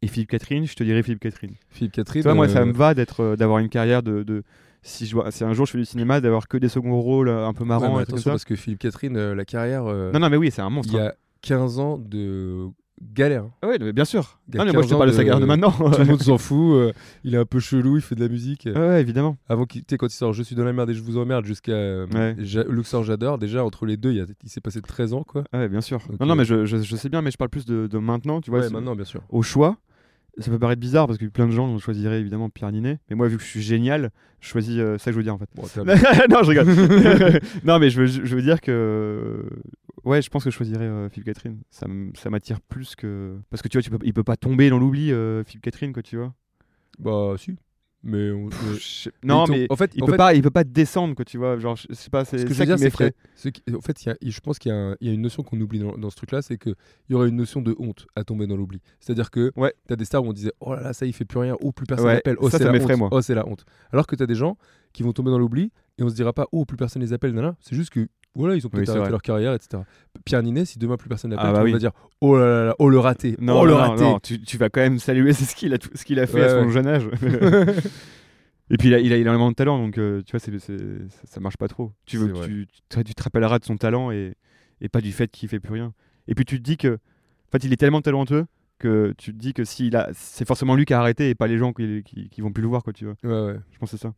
S5: et Philippe Catherine, je te dirais Philippe Catherine.
S4: Philippe
S5: Tu
S4: Catherine.
S5: vois, moi, ça
S4: euh,
S5: me va d'être, euh, d'avoir une carrière de... de- si, je, vois- si un jour je fais du cinéma, d'avoir que des seconds rôles euh, un peu
S4: ouais, mais
S5: marrants, un truc
S4: attention
S5: comme
S4: parce que Philippe Catherine, euh, la carrière, euh,
S5: ça. Non, non, mais oui, c'est un monstre.
S4: il y a 15 ans de galère. hein.
S5: hein. Ah ouais, mais bien sûr.
S4: il y a
S5: Non, mais moi, je
S4: 15
S5: te parle de sa
S4: ans
S5: carrière
S4: de-
S5: de maintenant.
S4: Tout le monde s'en fout. euh, il est un peu chelou, il fait de la musique.
S5: Ouais, ouais, évidemment.
S4: Avant qu'il, tu sais, quand il sort Je suis dans la merde et je vous emmerde jusqu'à euh,
S5: Ouais.
S4: Ja- Luxor J'adore, déjà entre les deux, il, y a- il s'est passé 13 ans quoi.
S5: Ah Ouais, bien sûr.
S4: Donc,
S5: non, non,
S4: euh,
S5: mais je, je- je sais bien, mais je parle plus de, de maintenant, tu vois.
S4: ouais,
S5: c'est-
S4: maintenant bien sûr.
S5: au choix. Ça peut paraître bizarre parce que plein de gens choisiraient évidemment Pierre Ninet. Mais moi, vu que je suis génial, je choisis euh, ça que je veux dire en fait.
S4: Bon, t'as-
S5: non, je rigole. non, mais je veux, je veux dire que. Ouais, je pense que je choisirais euh, Philippe Catherine. Ça, m- ça m'attire plus que. Parce que tu vois, tu peux, il peut pas tomber dans l'oubli, euh, Philippe Catherine, quoi, tu vois.
S4: bah si. Mais on- euh,
S5: Pff,
S4: mais-
S5: je sais- non,
S4: ils t'ont-
S5: mais.
S4: en fait,
S5: Il
S4: en
S5: peut,
S4: fait,
S5: pas, il peut pas descendre, quoi, tu vois. Genre, je je sais pas, c'est
S4: ce que je
S5: ça
S4: veux dire,
S5: qui
S4: c'est que
S5: m'effraie.
S4: ce qui- en fait, il y a- il- je pense qu'il y, a un- il y a une notion qu'on oublie dans, dans ce truc-là, c'est qu'il y aurait une notion de honte à tomber dans l'oubli. C'est-à-dire que
S5: Ouais.
S4: tu as des stars où on disait Oh là là, ça, il fait plus rien, oh, plus personne
S5: Ouais,
S4: n'appelle, oh,
S5: ça,
S4: c'est la
S5: ça m'effraie,
S4: honte,
S5: moi.
S4: oh, c'est la honte. Alors que tu as des gens qui vont tomber dans l'oubli et on se dira pas Oh, plus personne les appelle, nana. C'est juste que voilà, ils ont peut-être
S5: c'est
S4: arrêté
S5: vrai.
S4: leur carrière, etc. Pierre Ninet, si demain plus personne l'appelle,
S5: Ah bah
S4: on
S5: oui.
S4: va dire Oh là là là, oh le raté,
S5: Non,
S4: oh le
S5: non,
S4: raté.
S5: non, tu, tu vas quand même saluer ce qu'il a, tout- ce qu'il a fait à
S4: Ouais,
S5: son
S4: ouais.
S5: jeune âge. Et puis il a, il a énormément de talent, donc euh, tu vois, c'est, c'est- ça- ça marche pas trop. Tu, veux,
S4: C'est vrai.
S5: tu, tu, tu te rappelleras de son talent et, et pas du fait qu'il fait plus rien. Et puis tu te dis que, en fait, il est tellement talentueux que tu te dis que s'il a, c'est forcément lui qui a arrêté et pas les gens qui, qui, qui vont plus le voir, quoi, tu vois.
S4: Ouais, ouais.
S5: Je pense que c'est ça.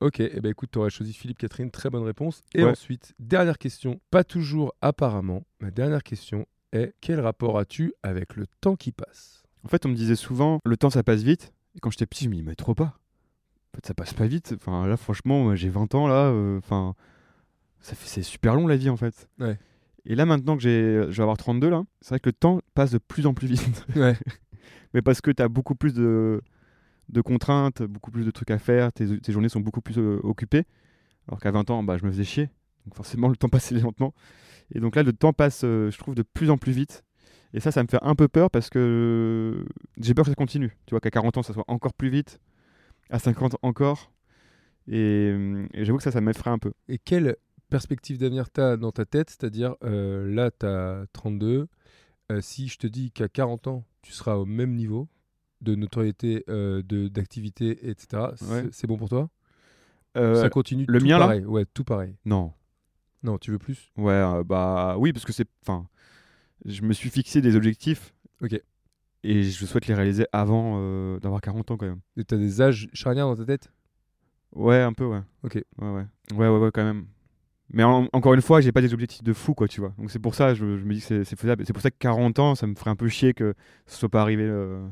S4: Ok, eh ben écoute, tu aurais choisi Philippe Catherine, très bonne réponse. Et
S5: Ouais.
S4: ensuite, dernière question, pas toujours apparemment, ma dernière question est quel rapport as-tu avec le temps qui passe
S5: En fait, on me disait souvent, le temps ça passe vite. Et quand j'étais petit, je me disais, mais trop pas. En fait, ça passe pas vite. Enfin, là, franchement, moi, j'ai 20 ans, là. euh, Enfin, ça fait, c'est super long la vie, en fait.
S4: Ouais.
S5: Et là, maintenant que j'ai, euh, je vais avoir 32, là, c'est vrai que le temps passe de plus en plus vite.
S4: Ouais.
S5: Mais parce que tu as beaucoup plus de, de contraintes, beaucoup plus de trucs à faire, tes, tes journées sont beaucoup plus euh, occupées. Alors qu'à 20 ans, bah, je me faisais chier. Donc forcément, le temps passait lentement. Et donc là, le temps passe, euh, je trouve, de plus en plus vite. Et ça, ça me fait un peu peur parce que euh, j'ai peur que ça continue. Tu vois, qu'à 40 ans, ça soit encore plus vite. À 50 encore. Et, euh, et j'avoue que ça, ça m'effraie un peu.
S4: Et quelle perspective d'avenir t'as dans ta tête C'est-à-dire, euh, là, t'as 32. Euh, si je te dis qu'à 40 ans, tu seras au même niveau de notoriété, euh, de- d'activité, etc., c'est-
S5: Ouais.
S4: c'est bon pour toi
S5: Euh,
S4: Ça continue
S5: le
S4: tout
S5: mien, là
S4: pareil. Ouais, tout pareil.
S5: non.
S4: Non, tu veux plus
S5: Ouais, euh, bah oui, parce que c'est. Enfin, je me suis fixé des objectifs.
S4: Ok.
S5: Et je souhaite les réaliser avant euh, d'avoir 40 ans quand même.
S4: Et T'as des âges charnières dans ta tête
S5: Ouais, un peu, ouais.
S4: Ok.
S5: Ouais, ouais. Ouais, ouais, ouais, quand même. Mais en- encore une fois, j'ai pas des objectifs de fou, quoi, tu vois. Donc c'est pour ça, je, je me dis que c'est- c'est faisable. Et C'est pour ça que 40 ans, ça me ferait un peu chier que ce soit pas arrivé euh,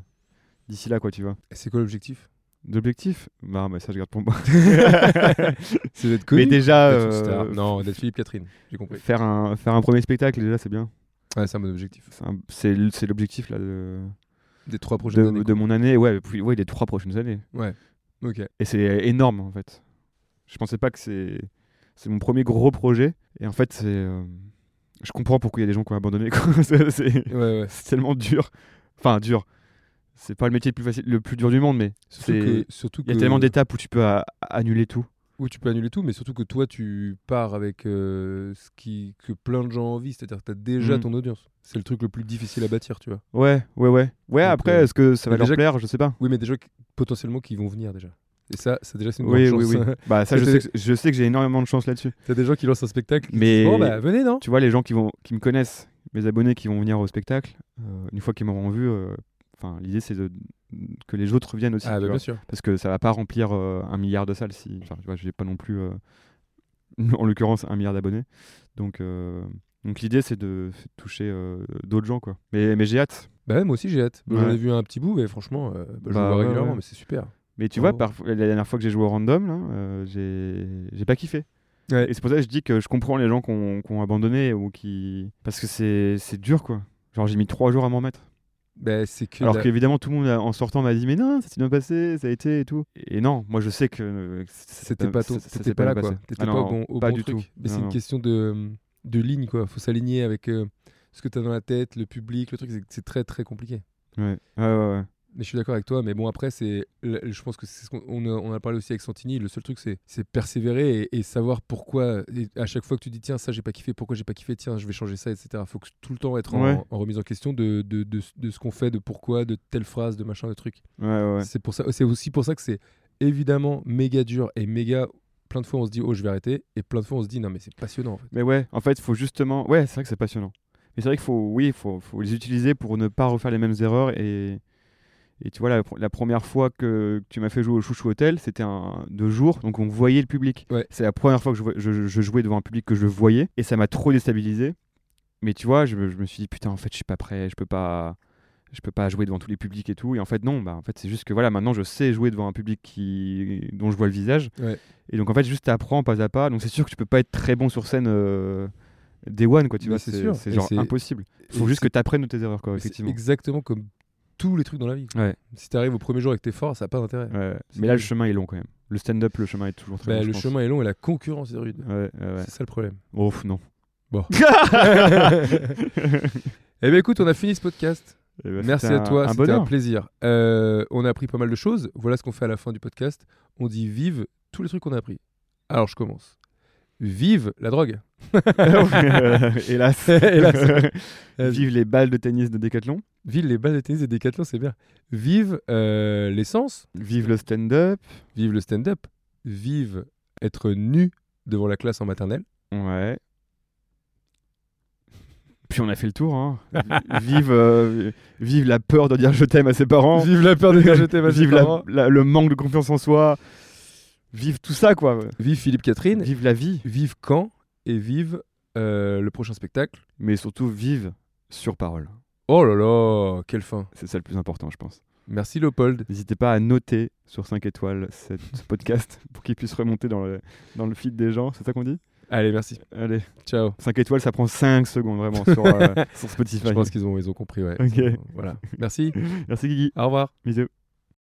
S5: d'ici là, quoi, tu vois.
S4: Et C'est quoi l'objectif
S5: D'objectifs Bah, mais ça, je garde pour moi.
S4: C'est d'être
S5: mais
S4: connu
S5: déjà,
S4: d'être une
S5: euh,
S4: star. Bah, Non, d'être Philippe Catherine, j'ai compris.
S5: faire, un, faire un premier spectacle, déjà, c'est bien.
S4: Ouais, c'est un bon objectif.
S5: C'est un- C'est l- c'est l'objectif, là, de,
S4: Des trois prochaines
S5: de,
S4: années.
S5: de mon année. Ouais, puis- ouais, des trois prochaines années.
S4: quoi. Ok.
S5: Et c'est énorme en fait. Je pensais pas que c'est c'est mon premier gros projet. Et en fait, c'est euh, je comprends pourquoi il y a des gens qui ont abandonné. quoi. c'est c'est-
S4: Ouais, ouais.
S5: c'est tellement dur. Enfin, dur. C'est pas le métier le plus facile, le plus dur du monde, mais
S4: Surtout
S5: C'est-
S4: que, surtout
S5: il y a
S4: que-
S5: tellement d'étapes où tu peux a- annuler tout.
S4: Oui, tu peux annuler tout, mais surtout que toi, tu pars avec euh, ce qui, que plein de gens ont envie, c'est-à-dire que tu as déjà
S5: Mhm.
S4: ton audience. C'est le truc le plus difficile à bâtir, tu vois.
S5: Ouais, ouais, ouais. Ouais,
S4: Donc,
S5: après,
S4: euh,
S5: est-ce que ça va
S4: mais
S5: leur
S4: déjà-
S5: plaire Je sais pas.
S4: Oui, mais des gens qui- potentiellement qui vont venir déjà. Et ça, c'est déjà c'est une
S5: Oui,
S4: grande
S5: oui, oui.
S4: chance.
S5: bah, ça, je sais,
S4: C'était-
S5: que, je sais que j'ai énormément de chance là-dessus.
S4: T'as des gens qui lancent un spectacle. qui
S5: Mais-
S4: disent, Bon, bah, venez, non
S5: Tu vois, les gens qui, vont, qui me connaissent, mes abonnés qui vont venir au spectacle, euh, une fois qu'ils m'auront vu, euh, enfin, l'idée c'est de- que les autres viennent aussi.
S4: Ah,
S5: tu
S4: bah,
S5: vois.
S4: bien sûr.
S5: parce que ça va pas remplir euh, un milliard de salles si enfin, tu vois j'ai pas non plus euh, en l'occurrence un milliard d'abonnés donc euh, donc l'idée c'est de, c'est de toucher euh, d'autres gens quoi mais mais j'ai hâte
S4: Bah, ouais, moi aussi, j'ai hâte. J'en
S5: Ouais.
S4: ai vu un petit bout, mais franchement, euh, bah, je le
S5: Bah,
S4: vois
S5: ouais,
S4: régulièrement,
S5: ouais.
S4: mais c'est super.
S5: mais tu
S4: Bravo.
S5: vois parfois- la dernière fois que j'ai joué au random là, euh, j'ai j'ai pas kiffé
S4: Ouais.
S5: et c'est pour ça que je dis que je comprends les gens qui ont, qui ont abandonné ou qui parce que c'est c'est dur quoi genre j'ai mis trois jours à m'en remettre
S4: Bah, c'est que.
S5: alors
S4: la-
S5: qu'évidemment tout le monde en sortant m'a dit mais non ça s'est bien passé ça a été et tout et non moi je sais que euh, c'est-
S4: C'était
S5: ça-
S4: pas, ton-
S5: ça- ça s'est
S4: t'étais pas là,
S5: bien
S4: quoi.
S5: passé.
S4: T'étais
S5: Ah
S4: pas
S5: non,
S4: au bon, au
S5: pas
S4: bon
S5: du
S4: truc.
S5: tout
S4: Mais
S5: Non,
S4: c'est une
S5: non.
S4: question de, de ligne, quoi. Faut s'aligner avec euh, ce que t'as dans la tête, le public, le truc. c'est- C'est très, très compliqué.
S5: Ouais, ouais, ouais. ouais.
S4: Mais je suis d'accord avec toi, mais bon, après, c'est, le- je pense que c'est ce qu'on on a, on a parlé aussi avec Santini. Le seul truc, c'est, c'est persévérer et, et savoir pourquoi. et à chaque fois que tu dis, tiens, ça, j'ai pas kiffé, pourquoi j'ai pas kiffé, tiens, je vais changer ça, etc. Faut que tout le temps être en,
S5: Ouais.
S4: en remise en question de, de, de, de ce qu'on fait, de pourquoi, de telle phrase, de machin, de truc.
S5: Ouais, ouais, ouais.
S4: C'est, pour ça, c'est aussi pour ça que c'est évidemment méga dur et méga. Plein de fois, on se dit, oh, je vais arrêter. Et plein de fois, on se dit, non, mais c'est passionnant, en fait.
S5: Mais ouais, en fait, il faut justement. Ouais, c'est vrai que c'est passionnant. Mais c'est vrai qu'il faut, oui, faut, faut les utiliser pour ne pas refaire les mêmes erreurs. Et, et tu vois, la, pr- la première fois que tu m'as fait jouer au Chouchou Hotel, c'était un deux jours, donc on voyait le public.
S4: Ouais.
S5: C'est la première fois que je, vois- je- je jouais devant un public que je voyais, et ça m'a trop déstabilisé. Mais tu vois, je, me- je me suis dit putain, en fait, je suis pas prêt, je peux pas, je peux pas jouer devant tous les publics et tout. Et en fait, non, bah, en fait, c'est juste que voilà, maintenant, je sais jouer devant un public qui, dont je vois le visage.
S4: Ouais.
S5: Et donc, en fait, juste t'apprends pas à pas. Donc, c'est sûr que tu peux pas être très bon sur scène. euh, Day one, quoi, tu
S4: Mais
S5: vois,
S4: c'est
S5: c'est
S4: sûr.
S5: c'est
S4: Et
S5: genre
S4: c'est-
S5: impossible. Il faut
S4: Et
S5: juste
S4: c'est-
S5: que tu apprennes de tes erreurs, quoi,
S4: mais c'est
S5: effectivement.
S4: exactement comme tous les trucs dans la vie.
S5: Ouais.
S4: Si t'arrives au premier jour avec tes forces, ça n'a pas d'intérêt.
S5: Ouais.
S4: c'est
S5: Mais là, le
S4: nul.
S5: chemin est long quand même. Le stand-up, le chemin est toujours très
S4: Bah,
S5: long. je
S4: le
S5: pense.
S4: chemin est long et la concurrence est rude.
S5: Ouais, ouais, ouais.
S4: C'est ça le problème.
S5: Ouf, non.
S4: Bon. eh bien, écoute, on a fini ce podcast.
S5: Eh ben,
S4: Merci
S5: c'était
S4: à
S5: un-
S4: toi.
S5: Un
S4: C'était un
S5: bonheur.
S4: plaisir. Euh, on a appris pas mal de choses. Voilà ce qu'on fait à la fin du podcast. On dit vive tous les trucs qu'on a appris. Alors, je commence. Vive la drogue.
S5: Hélas.
S4: Hélas.
S5: Vive les balles de tennis de Decathlon.
S4: Vive les balles de tennis et des décathlons, c'est bien. Vive euh, l'essence.
S5: Vive le stand-up.
S4: Vive le stand-up. Vive être nu devant la classe en maternelle.
S5: Ouais. Puis on a fait le tour. Hein. Vi- vive, euh, vive la peur de dire je t'aime à ses parents.
S4: Vive la peur de faire jeter ma
S5: Vive la- la- le manque de confiance en soi. Vive tout ça, quoi.
S4: Vive Philippe Catherine.
S5: Vive la vie.
S4: Vive quand et vive euh, le prochain spectacle.
S5: mais surtout vive sur parole.
S4: Oh là là, quelle fin.
S5: C'est ça le plus important, je pense.
S4: Merci Léopold.
S5: N'hésitez pas à noter sur 5 étoiles cette- ce podcast pour qu'il puisse remonter dans le, dans le feed des gens, c'est ça qu'on dit
S4: Allez, merci.
S5: Allez,
S4: Ciao.
S5: 5 étoiles, ça prend 5 secondes vraiment sur, euh, sur Spotify.
S4: Je pense qu'ils ont, ils ont compris, ouais.
S5: Ok.
S4: Voilà. Merci.
S5: Merci Guigui.
S4: Au revoir.
S5: Bisous.